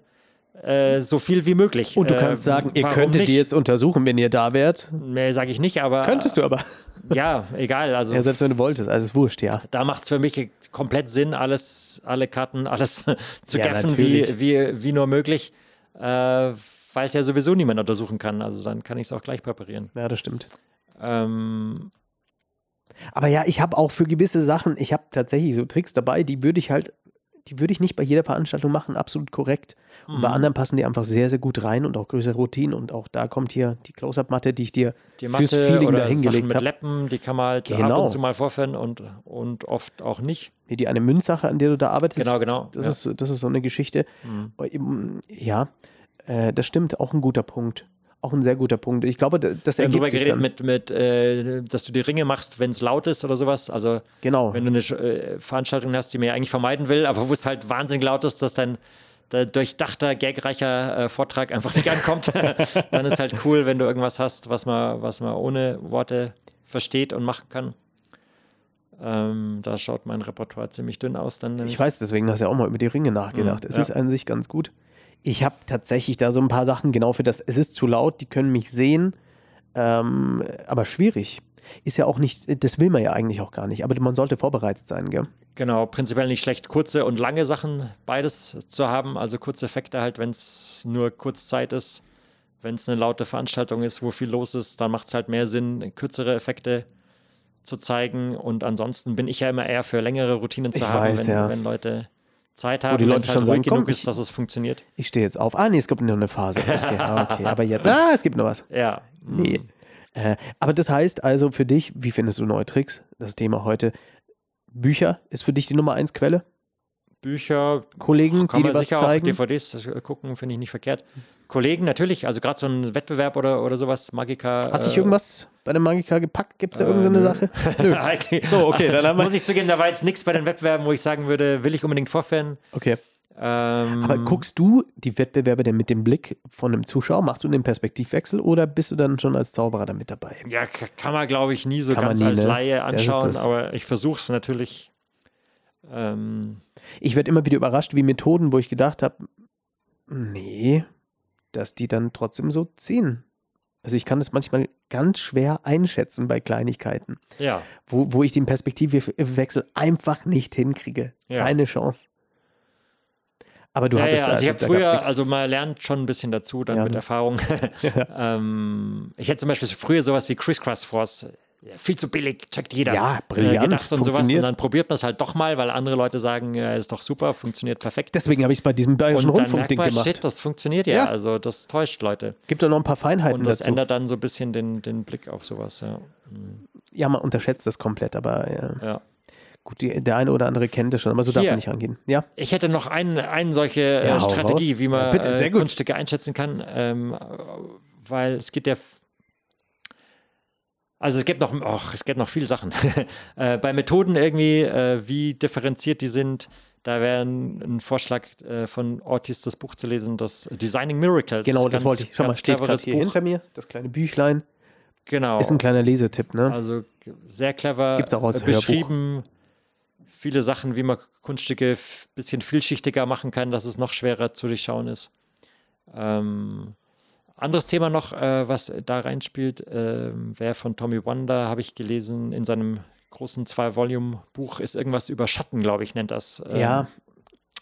äh, so viel wie möglich.
Und du
Äh,
kannst sagen, ihr
warum
könntet
nicht?
die jetzt untersuchen, wenn ihr da wärt.
Nee, sage ich nicht, aber.
Könntest du aber.
Ja, egal. Also,
Ja, selbst wenn du wolltest, also ist wurscht, ja.
da macht es für mich komplett Sinn, alles, alle Karten, alles [laughs] zu
Ja,
gaffen,
natürlich.
wie, wie, wie nur möglich, äh, weil es ja sowieso niemand untersuchen kann. Also dann kann ich es auch gleich präparieren.
Ja, das stimmt.
Ähm,
Aber ja, ich habe auch für gewisse Sachen, ich habe tatsächlich so Tricks dabei, die würde ich halt, die würde ich nicht bei jeder Veranstaltung machen, absolut korrekt. Und
Mhm.
bei anderen passen die einfach sehr, sehr gut rein und auch größere Routinen. Und auch da kommt hier die Close-Up-Matte, die ich dir
die
fürs
Mathe
Feeling
oder Sachen
dahingelegt
mit
habe.
Läppen, die kann man halt ab
Genau.
und zu mal vorführen und, und oft auch nicht.
Nee, die eine Münzsache, an der du da arbeitest.
Genau, genau,
Das,
ja. Mhm.
ist, so- das ist so eine Geschichte. Aber eben, Ja, äh, das stimmt. Auch ein guter Punkt. Auch ein sehr guter Punkt. Ich glaube, da- das
Wir haben
ergibt
drüber
sich
geredet,
dann.
mit, mit, äh, dass du die Ringe machst, wenn es laut ist oder sowas. Also
genau.
wenn du eine Sch- äh, Veranstaltung hast, die man ja eigentlich vermeiden will, aber wo es halt wahnsinnig laut ist, dass dein der durchdachter, gagreicher äh, Vortrag einfach nicht ankommt, [laughs] dann ist halt cool, wenn du irgendwas hast, was man, was man ohne Worte versteht und machen kann. Ähm, da schaut mein Repertoire ziemlich dünn aus. Dann
Ich weiß, deswegen hast du ja auch mal über die Ringe nachgedacht.
Mhm,
es
ja.
ist an sich ganz gut. Ich habe tatsächlich da so ein paar Sachen genau für das. Es ist zu laut, die können mich sehen, ähm, aber schwierig. Ist ja auch nicht, das will man ja eigentlich auch gar nicht, aber man sollte vorbereitet sein, gell?
Genau, prinzipiell nicht schlecht, kurze und lange Sachen beides zu haben. Also kurze Effekte halt, wenn es nur kurz Zeit ist. Wenn es eine laute Veranstaltung ist, wo viel los ist, dann macht es halt mehr Sinn, kürzere Effekte zu zeigen. Und ansonsten bin ich ja immer eher für längere Routinen zu
Ich
haben,
weiß,
wenn,
ja.
wenn Leute Zeit
die
haben, wenn
Leute
es
schon
halt
sagen,
ruhig
komm,
genug
ich-
ist, dass es funktioniert.
Ich stehe jetzt auf. Ah, nee, es gibt nur eine Phase. Okay, ah, okay. aber
[laughs]
jetzt, ah, es gibt noch was.
Ja. hm.
Nee. Äh, aber das heißt also für dich, wie findest du neue Tricks? Das Thema heute. Bücher ist für dich die Nummer eins Quelle?
Bücher,
Kollegen,
Kann
die
man
dir was
sicher auch
zeigen?
DVDs gucken, finde ich nicht verkehrt. Kollegen, natürlich, also gerade so ein Wettbewerb oder, oder sowas, Magica.
Hat dich
äh,
irgendwas bei der Magica gepackt? Gibt es da irgendeine
[laughs]
Sache? Nö.
Eigentlich-
So, okay, dann haben wir-
Muss ich zugeben, da war jetzt nichts bei den Wettbewerben, wo ich sagen würde, will ich unbedingt vorführen.
Okay.
Ähm,
Aber guckst du die Wettbewerbe denn mit dem Blick von einem Zuschauer? Machst du den Perspektivwechsel oder bist du dann schon als Zauberer damit dabei?
Ja, k- kann man, glaube ich, nie so
Kann man
ganz
nie,
als
ne?
Laie
Das ist
anschauen,
das.
aber ich versuche es natürlich. Ähm,
Ich werde immer wieder überrascht, wie Methoden, wo ich gedacht habe, nee, dass die dann trotzdem so ziehen. Also ich kann das manchmal ganz schwer einschätzen bei Kleinigkeiten,
ja,
wo, wo ich den Perspektivwechsel einfach nicht hinkriege.
Ja.
Keine Chance. Aber du
ja,
hattest
ja
da-
also ich habe
da gab's
früher,
nix.
also man lernt schon ein bisschen dazu, dann
Ja.
mit Erfahrung. [laughs] ähm, ich hätte zum Beispiel früher sowas wie Crisscross Force. ja, Viel zu billig, checkt jeder.
Ja,
äh,
brillant,
Gedacht und sowas. Und
funktioniert.
dann probiert man es halt doch mal, weil andere Leute sagen, ja, ist doch super, funktioniert perfekt.
Deswegen habe ich es bei diesem bayerischen
Und dann merkt
Rundfunkding
man,
gemacht.
shit, das funktioniert ja.
Ja.
Also das täuscht Leute.
Gibt da noch ein paar Feinheiten
Und das
dazu.
ändert dann so ein bisschen den, den Blick auf sowas, ja.
Ja, man unterschätzt das komplett, aber ja.
ja.
gut, die, der eine oder andere kennt das schon, aber so darf
Hier.
man nicht rangehen. Ja,
Ich hätte noch einen, einen solche äh,
Ja, hau
Strategie,
raus.
wie man
Ja, bitte,
äh,
sehr gut.
Kunststücke einschätzen kann, ähm, weil es gibt ja. f- Also es gibt noch, och, es gibt noch viele Sachen. [laughs] äh, bei Methoden irgendwie, äh, wie differenziert die sind, da wäre ein, ein Vorschlag äh, von Ortiz, das Buch zu lesen, das Designing Miracles.
genau, das
Ganz-
wollte ich. Schau mal,
ganz
steht gerade
cleveres
hier
Buch.
hinter mir, das kleine Büchlein.
Genau.
Ist ein kleiner Lesetipp, ne?
Also g- sehr clever
Gibt's auch als
äh, beschrieben. Viele Sachen, wie man Kunststücke ein bisschen vielschichtiger machen kann, dass es noch schwerer zu durchschauen ist. Ähm, anderes Thema noch, äh, was da reinspielt, ähm, wäre von Tommy Wonder, habe ich gelesen, in seinem großen Zwei-Volume-Buch ist irgendwas über Schatten, glaube ich, nennt das. Ähm,
ja,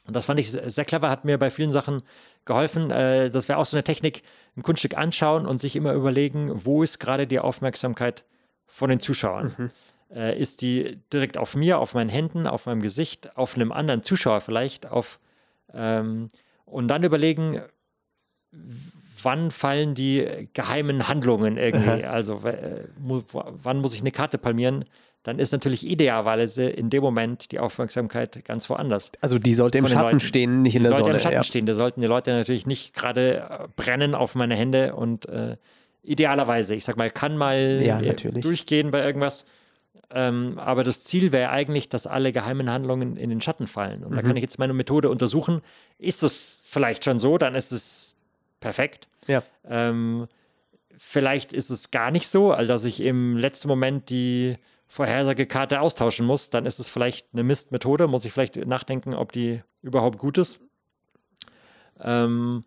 und das fand ich se- sehr clever, hat mir bei vielen Sachen geholfen. Äh, Das wäre auch so eine Technik, ein Kunststück anschauen und sich immer überlegen, wo ist gerade die Aufmerksamkeit von den Zuschauern? Äh, Ist die direkt auf mir, auf meinen Händen, auf meinem Gesicht, auf einem anderen Zuschauer vielleicht, auf ähm, und dann überlegen, wann fallen die geheimen Handlungen irgendwie? Also w- mu- w- wann muss ich eine Karte palmieren? Dann ist natürlich idealerweise in dem Moment die Aufmerksamkeit ganz woanders.
also die sollte im
Von den
Schatten
Leuten.
stehen, nicht in
Die
der
sollte
Sonne.
im Schatten
ja.
stehen. Da sollten die Leute natürlich nicht gerade äh, brennen auf meine Hände und äh, idealerweise, ich sag mal, kann mal
Ja,
äh,
natürlich.
durchgehen bei irgendwas. Ähm, aber das Ziel wäre eigentlich, dass alle geheimen Handlungen in den Schatten fallen.
Mhm.
Und da kann ich jetzt meine Methode untersuchen. Ist es vielleicht schon so, dann ist es perfekt.
Ja.
Ähm, vielleicht ist es gar nicht so, also dass ich im letzten Moment die Vorhersagekarte austauschen muss, dann ist es vielleicht eine Mistmethode, muss ich vielleicht nachdenken, ob die überhaupt gut ist. Ähm,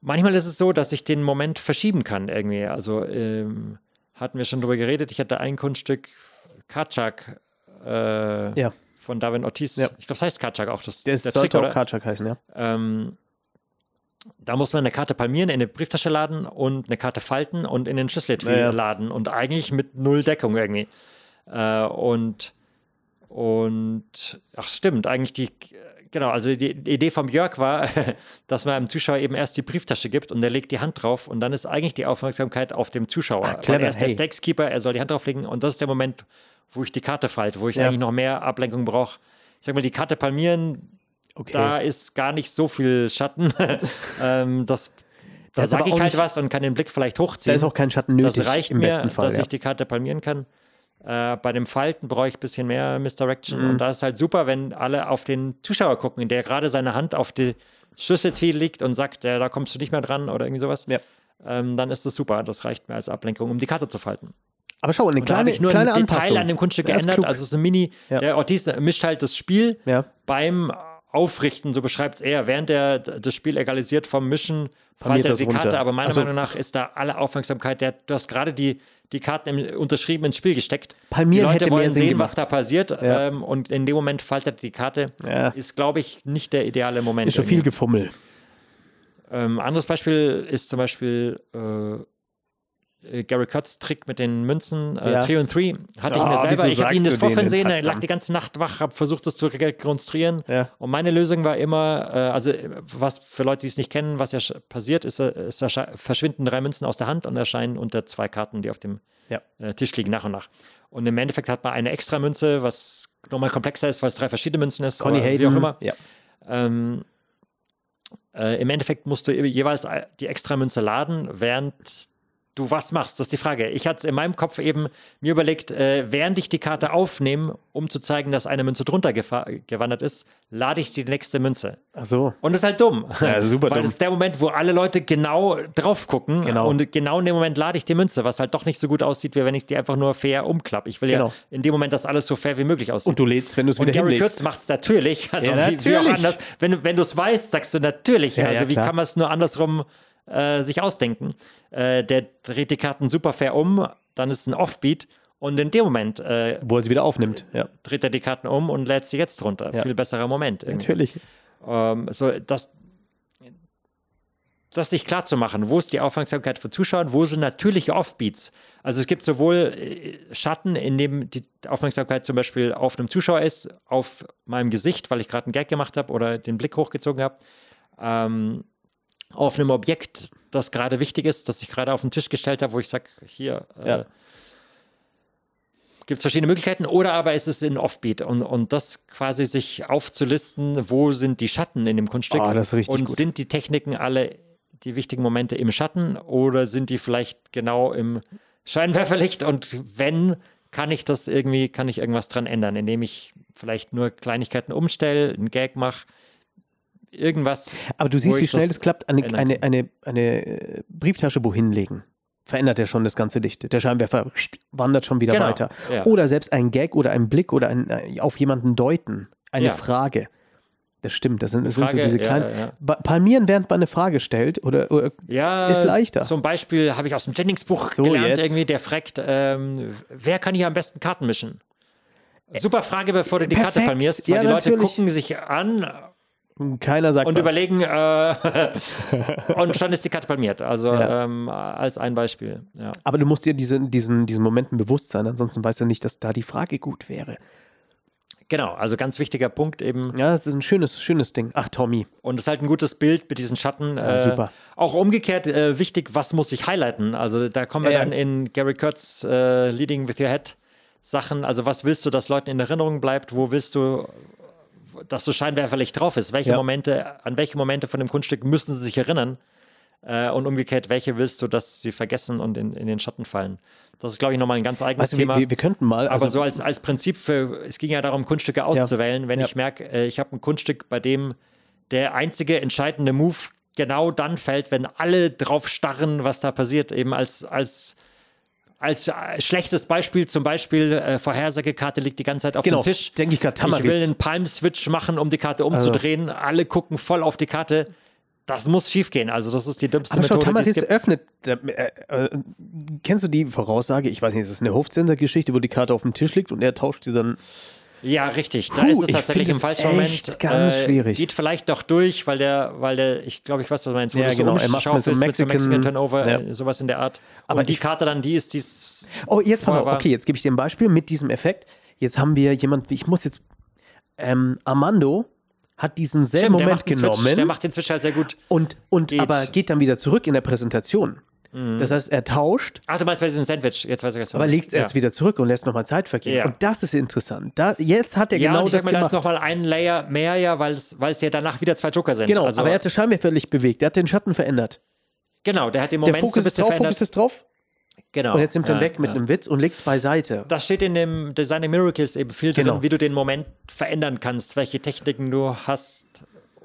manchmal ist es so, dass ich den Moment verschieben kann irgendwie. Also ähm, hatten wir schon drüber geredet, ich hatte ein Kunststück Kaczak äh,
Ja.
von Darwin Ortiz.
Ja.
Ich glaube, es heißt Kaczak auch. Das,
Der
der
ist,
Trick,
sollte auch
oder?
Karchak heißen, ja.
Ähm, da muss man eine Karte palmieren, in eine Brieftasche laden und eine Karte falten und in den Schlüsseltür
Ja, ja.
laden und eigentlich mit null Deckung irgendwie. Äh, und und ach stimmt, eigentlich die genau, also die die Idee vom Jörg war, [laughs] dass man einem Zuschauer eben erst die Brieftasche gibt und der legt die Hand drauf und dann ist eigentlich die Aufmerksamkeit auf dem Zuschauer.
Ah, clever,
Weil er ist der
hey.
Stakeskeeper, er soll die Hand drauflegen und das ist der Moment, wo ich die Karte falte, wo ich
Ja.
eigentlich noch mehr Ablenkung brauche. Ich sag mal, die Karte palmieren,
Okay.
da ist gar nicht so viel Schatten. [laughs] ähm, das, da
ist aber
sage ich
auch
halt
nicht-
was und kann den Blick vielleicht hochziehen.
da ist auch kein Schatten nötig.
das reicht
im
mir,
besten Fall.
dass
ja.
ich die Karte palmieren kann. Äh, bei dem Falten brauche ich ein bisschen mehr Misdirection.
Mhm.
Und da ist halt super, wenn alle auf den Zuschauer gucken, der gerade seine Hand auf die Schüsseltee legt und sagt, äh, da kommst du nicht mehr dran oder irgendwie sowas.
Ja.
Ähm, dann ist das super. Das reicht mir als Ablenkung, um die Karte zu falten.
Aber schau, eine
Und da habe
kleine,
ich nur
kleine
ein
Anpassung.
Detail an dem Kunststück
Ja, ist
geändert.
klug.
Also so ein Mini,
Ja.
der Ortiz mischt halt das Spiel
Ja.
beim Aufrichten, so beschreibt es er, während er d- das Spiel egalisiert vom Mischen, faltet er
das
die
runter. Also
Karte, aber meiner
Ach so.
Meinung nach ist da alle Aufmerksamkeit, der, du hast gerade die, die Karten im, unterschrieben ins Spiel gesteckt.
Palmieren
die Leute
hätte
wollen
mehr Sinn
sehen,
gemacht.
was da passiert ähm, und in dem Moment faltet die Karte,
Ja.
ist glaube ich nicht der ideale Moment.
ist schon viel
irgendwie.
Gefummel.
Ähm, anderes Beispiel ist zum Beispiel äh, äh, Gary Kurtz Trick mit den Münzen. Äh,
Ja.
Three and Three hatte ich
Ah,
mir selber.
wieso
Ich habe
sagst
ihn
du
das
denen den
Vorfern sehen. Er
Kacknamen?
lag die ganze Nacht wach, habe versucht, das zu rekonstruieren.
Ja.
Und meine Lösung war immer, äh, also äh, was für Leute, die es nicht kennen, was ja sch- passiert, ist, äh, es ersche- verschwinden drei Münzen aus der Hand und erscheinen unter zwei Karten, die auf dem
Ja.
äh, Tisch liegen, nach und nach. Und im Endeffekt hat man eine extra Münze, was nochmal komplexer ist, weil es drei verschiedene Münzen ist.
Conny
aber
Hayden.
Wie auch immer.
Ja.
Ähm, äh, Im Endeffekt musst du jeweils äh, die extra Münze laden, während du was machst. Das ist die Frage. Ich hatte es in meinem Kopf eben mir überlegt, äh, während ich die Karte aufnehme, um zu zeigen, dass eine Münze drunter gefa- gewandert ist, lade ich die nächste Münze.
Ach so.
Und das ist halt dumm.
Ja, super
[laughs] Weil
dumm.
das ist der Moment, wo alle Leute genau drauf gucken.
Genau.
Und genau in dem Moment lade ich die Münze, was halt doch nicht so gut aussieht, wie wenn ich die einfach nur fair umklappe. Ich will ja
Genau.
in dem Moment, dass alles so fair wie möglich aussieht.
Und du lädst, wenn du es
Und
wieder
Gary
hinlegst.
Kurtz macht es natürlich. [laughs] Also
Ja,
Wie, wie auch
natürlich.
anders. Wenn, du- wenn du es weißt, sagst du natürlich.
Ja, ja,
also wie
klar.
kann man es nur andersrum äh, sich ausdenken? Äh, der dreht die Karten super fair um, dann ist ein Offbeat und in dem Moment äh,
Wo er sie wieder aufnimmt. Ja,
dreht er die Karten um und lädt sie jetzt runter.
Ja.
Viel besserer Moment. irgendwie.
natürlich.
Ähm, so, das, das sich klar zu machen, wo ist die Aufmerksamkeit von Zuschauern, wo sind natürliche Offbeats. Also es gibt sowohl äh, Schatten, in dem die Aufmerksamkeit zum Beispiel auf einem Zuschauer ist, auf meinem Gesicht, weil ich gerade einen Gag gemacht habe oder den Blick hochgezogen habe, ähm, auf einem Objekt, das gerade wichtig ist, das ich gerade auf den Tisch gestellt habe, wo ich sage, hier, äh,
Ja.
gibt es verschiedene Möglichkeiten oder aber es ist in Offbeat und, und das quasi sich aufzulisten, wo sind die Schatten in dem Kunststück
Ah, das ist richtig
und
gut.
sind die Techniken alle die wichtigen Momente im Schatten oder sind die vielleicht genau im Scheinwerferlicht und wenn kann ich das irgendwie, kann ich irgendwas dran ändern, indem ich vielleicht nur Kleinigkeiten umstelle, einen Gag mache, irgendwas.
Aber du siehst,
ich
wie schnell
das
das klappt. Eine,
ändern
eine,
kann.
eine, eine äh, Brieftasche wohin legen. Verändert ja schon das ganze Licht. Der Scheinwerfer wandert schon wieder
Genau,
weiter.
ja.
Oder selbst ein Gag oder ein Blick oder ein, äh, auf jemanden deuten. Eine
Ja.
Frage. Das stimmt. Das sind, das
Frage,
sind so diese
ja,
kleinen.
ja, ja.
Ba- Palmieren, während man eine Frage stellt oder, oder
Ja,
Ist leichter.
Zum Beispiel habe ich aus dem Jennings-Buch
So,
gelernt,
jetzt.
irgendwie, der fragt, ähm, wer kann hier am besten Karten mischen? Super Frage, bevor du die Karte
Perfekt.
palmierst, weil
Ja,
die Leute
natürlich.
gucken sich an
keiner sagt
und
was.
überlegen äh, [laughs] und schon ist die Karte palmiert. Also
Ja.
ähm, als ein Beispiel. Ja.
Aber du musst dir diese, diesen, diesen Momenten bewusst sein, ansonsten weißt du nicht, dass da die Frage gut wäre.
Genau, also ganz wichtiger Punkt eben.
Ja, das ist ein schönes, schönes Ding. Ach, Tommy.
Und es ist halt ein gutes Bild mit diesen Schatten. äh,
super.
Auch umgekehrt äh, wichtig, was muss ich highlighten? Also da kommen wir
Ja, ja.
dann in Gary Kurtz äh, Leading with Your Head Sachen. Also was willst du, dass Leuten in Erinnerung bleibt? Wo willst du, dass du Scheinwerferlicht drauf ist? Welche
Ja.
Momente, an welche Momente von dem Kunststück müssen sie sich erinnern? Äh, und umgekehrt, welche willst du, dass sie vergessen und in, in den Schatten fallen? Das ist, glaube ich, nochmal ein ganz
Weißt
eigenes
du, wir,
Thema.
wir, wir könnten mal.
Aber
Also,
so als, als Prinzip für, es ging ja darum, Kunststücke auszuwählen. Wenn
Ja.
ich merke, äh, ich habe ein Kunststück, bei dem der einzige entscheidende Move genau dann fällt, wenn alle drauf starren, was da passiert, eben als, als als äh, schlechtes Beispiel zum Beispiel äh, Vorhersagekarte liegt die ganze Zeit auf
Genau,
dem Tisch.
denke ich grad, Also
Ich will
Tamaris.
einen Palm-Switch machen, um die Karte umzudrehen. Alle gucken voll auf die Karte. Das muss schiefgehen. Also das ist die dümmste
Aber schau,
Methode, die
Tamaris
es gibt.
öffnet. Äh, äh, kennst du die Voraussage? Ich weiß nicht, ist das eine Hofzinser-Geschichte, wo die Karte auf dem Tisch liegt und er tauscht sie dann.
Ja, richtig. Da
Puh,
ist es
ich
tatsächlich
find
im
es
falschen
echt
Moment. äh,
ganz schwierig.
Geht vielleicht doch durch, weil der, weil der, ich glaube, ich weiß, was du meinst, wo
Ja,
du so
genau, er macht's mit so
umschaufelst mit so
Mexican-
Mexican Turnover,
Ja.
äh, sowas in der Art.
Aber
Aber Und die
ich-
Karte dann, die ist, die ist
Oh, jetzt pass auf.
Vorher war-
Okay, jetzt gebe ich dir ein Beispiel mit diesem Effekt. Jetzt haben wir jemand. Ich muss jetzt. Ähm, Armando hat diesen selben
Stimmt, der
Moment
macht den Switch-
genommen.
Der macht den Switch halt sehr gut.
Und, und
Geht.
aber geht Mhm. dann wieder zurück in der Präsentation. Das heißt, er tauscht,
Ach, du meinst bei diesem Sandwich. Jetzt weiß ich, was du
aber
meinst.
legt es erst wieder zurück und lässt nochmal Zeit vergehen.
Ja.
Und das ist interessant. Da, jetzt hat er
Ja,
genau
und ich
das
sag mal, da
gemacht.
ist nochmal ein Layer mehr, ja, weil es, weil es ja danach wieder zwei Joker sind.
genau,
also,
aber er hat das Scheinwerferlicht bewegt. Er hat den Schatten verändert.
genau, der hat den
Der
Moment
Fokus
so ein
ist
bisschen
drauf,
verändert.
Fokus ist drauf.
genau.
Und jetzt nimmt er
ja,
ihn weg mit
ja.
einem Witz und legt es beiseite.
Das steht in dem Design of Miracles eben viel
Genau.
drin, wie du den Moment verändern kannst, welche Techniken du hast,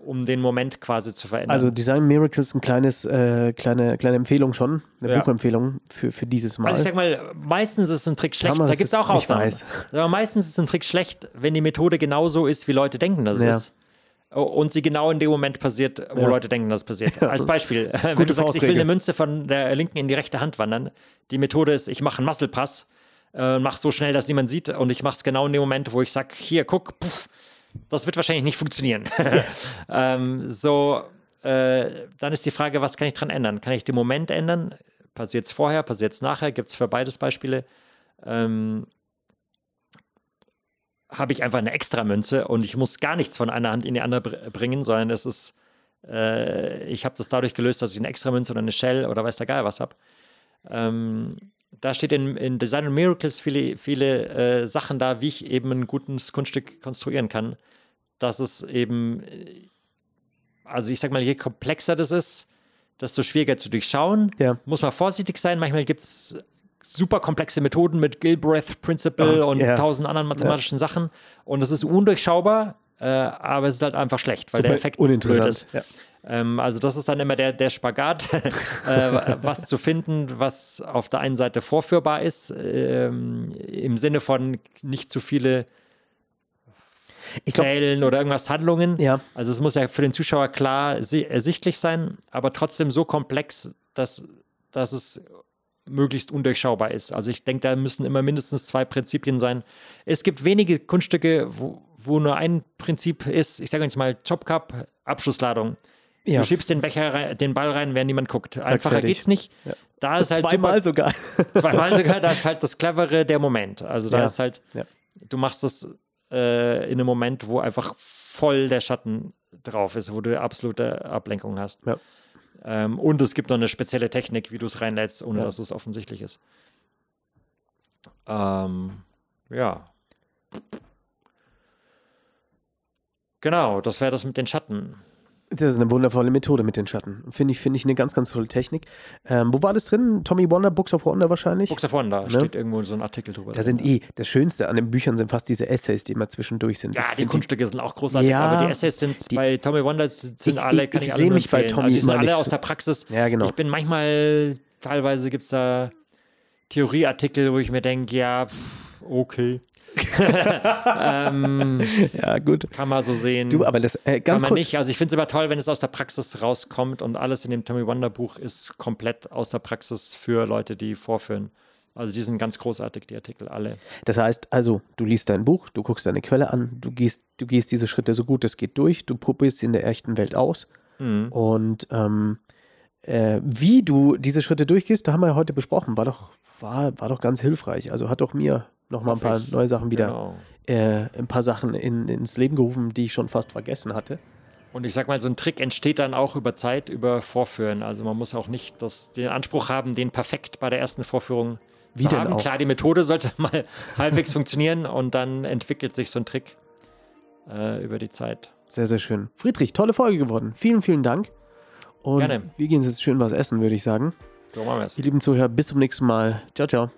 um den Moment quasi zu verändern.
Also Design Miracles, ein kleines, äh, kleine, kleine Empfehlung schon, eine
Ja.
Buchempfehlung für, für dieses Mal.
Also ich sag mal, meistens ist ein Trick schlecht.
Kamera
da
ist
gibt es
es-
auch
ich
Ausnahmen.
weiß.
Aber meistens ist ein Trick schlecht, wenn die Methode genauso ist, wie Leute denken, dass es
Ja.
ist. Und sie genau in dem Moment passiert, wo Leute denken, dass es passiert. Als Beispiel, [laughs] wenn
Also, Gute
du sagst, ich will
Faustregel.
eine Münze von der linken in die rechte Hand wandern, die Methode ist, ich mache einen Muscle Pass, äh, mach so schnell, dass niemand sieht und ich mache es genau in dem Moment, wo ich sage, hier, guck, puff, das wird wahrscheinlich nicht funktionieren. [laughs] ähm, so, äh, dann ist die Frage, was kann ich dran ändern? Kann ich den Moment ändern? Passiert es vorher, passiert es nachher? Gibt es für beides Beispiele? Ähm, habe ich einfach eine extra Münze und ich muss gar nichts von einer Hand in die andere br bringen, sondern es ist, äh, ich habe das dadurch gelöst, dass ich eine extra Münze oder eine Shell oder weiß der Geil was habe. Ähm, da steht in, in Design and Miracles viele, viele äh, Sachen da, wie ich eben ein gutes Kunststück konstruieren kann. Dass es eben, äh, also ich sag mal, je komplexer das ist, desto schwieriger zu durchschauen.
Ja.
Muss man vorsichtig sein. Manchmal gibt es super komplexe Methoden mit Gilbreth Principle
Oh,
und
ja.
tausend anderen mathematischen Sachen. Und es ist undurchschaubar, äh, aber es ist halt einfach schlecht, weil der
Super
Effekt blöd
uninteressant.
ist.
Ja.
Ähm, also das ist dann immer der, der Spagat, [laughs] äh, was zu finden, was auf der einen Seite vorführbar ist, ähm, im Sinne von nicht zu viele
Ich glaub-
Zählen oder irgendwas Handlungen.
Ja.
Also es muss ja für den Zuschauer klar se- ersichtlich sein, aber trotzdem so komplex, dass, dass es möglichst undurchschaubar ist. Also ich denke, da müssen immer mindestens zwei Prinzipien sein. Es gibt wenige Kunststücke, wo, wo nur ein Prinzip ist. Ich sage jetzt mal Chop Cup, Abschlussladung.
Ja.
Du schiebst den Becher rein, den Ball rein, während niemand guckt. Einfacher
fertig.
geht's nicht. Da ist halt
Zweimal
super,
sogar.
[laughs]
[laughs]
zweimal sogar, da ist halt das Clevere der Moment. Also da
Ja.
ist halt,
Ja.
du machst das äh, in einem Moment, wo einfach voll der Schatten drauf ist, wo du absolute Ablenkung hast.
Ja.
Ähm, und es gibt noch eine spezielle Technik, wie du es reinlädst, ohne dass es offensichtlich ist. Ähm, ja. Genau, das wäre das mit den Schatten.
Das ist eine wundervolle Methode mit den Schatten. Finde ich, finde ich eine ganz, ganz tolle Technik. Ähm, wo war das drin? Tommy Wonder, Books of Wonder wahrscheinlich?
Books of Wonder, steht irgendwo so ein Artikel drüber.
Ne? Da sind eh, das Schönste an den Büchern sind fast diese Essays, die immer zwischendurch sind.
Ja,
Ich
die
find
Kunststücke sind auch großartig,
Ja,
aber die Essays sind
die-
bei Tommy Wonder sind sind
Ich-
alle,
ich-
kann ich,
ich
alle
sehe
nur
mich bei
empfehlen.
Tommy
also die sind
immer
alle
nicht
aus
so-
der Praxis.
Ja, genau.
Ich bin manchmal, teilweise gibt es da Theorieartikel, wo ich mir denke, ja, pff, okay,
Ja, gut.
kann man so sehen.
Du, aber das, äh,
kann
ganz
man
kurz.
nicht. Also ich finde es immer toll, wenn es aus der Praxis rauskommt und alles in dem Tommy Wonder Buch ist komplett aus der Praxis für Leute, die vorführen. Also die sind ganz großartig, die Artikel alle.
Das heißt, also, du liest dein Buch, du guckst deine Quelle an, du gehst, du gehst diese Schritte so gut es geht durch, du probierst sie in der echten Welt aus.
Mhm.
Und ähm, äh, wie du diese Schritte durchgehst, da haben wir ja heute besprochen, war doch, war, war doch ganz hilfreich. Also hat auch mir nochmal ein
Hoffe
paar
ich.
neue Sachen wieder,
Genau.
äh, ein paar Sachen in, ins Leben gerufen, die ich schon fast vergessen hatte.
Und ich sag mal, so ein Trick entsteht dann auch über Zeit, über Vorführen. Also man muss auch nicht das, den Anspruch haben, den perfekt bei der ersten Vorführung
Wie
zu
denn
haben.
auch?
Klar, die Methode sollte [laughs] mal halbwegs funktionieren und dann entwickelt sich so ein Trick äh, über die Zeit.
Sehr, sehr schön. Friedrich, tolle Folge geworden. Vielen, vielen Dank. Und
Gerne.
wir gehen jetzt schön was essen, würde ich sagen.
So machen wir es.
Die lieben Zuhörer, bis zum nächsten Mal. Ciao, ciao.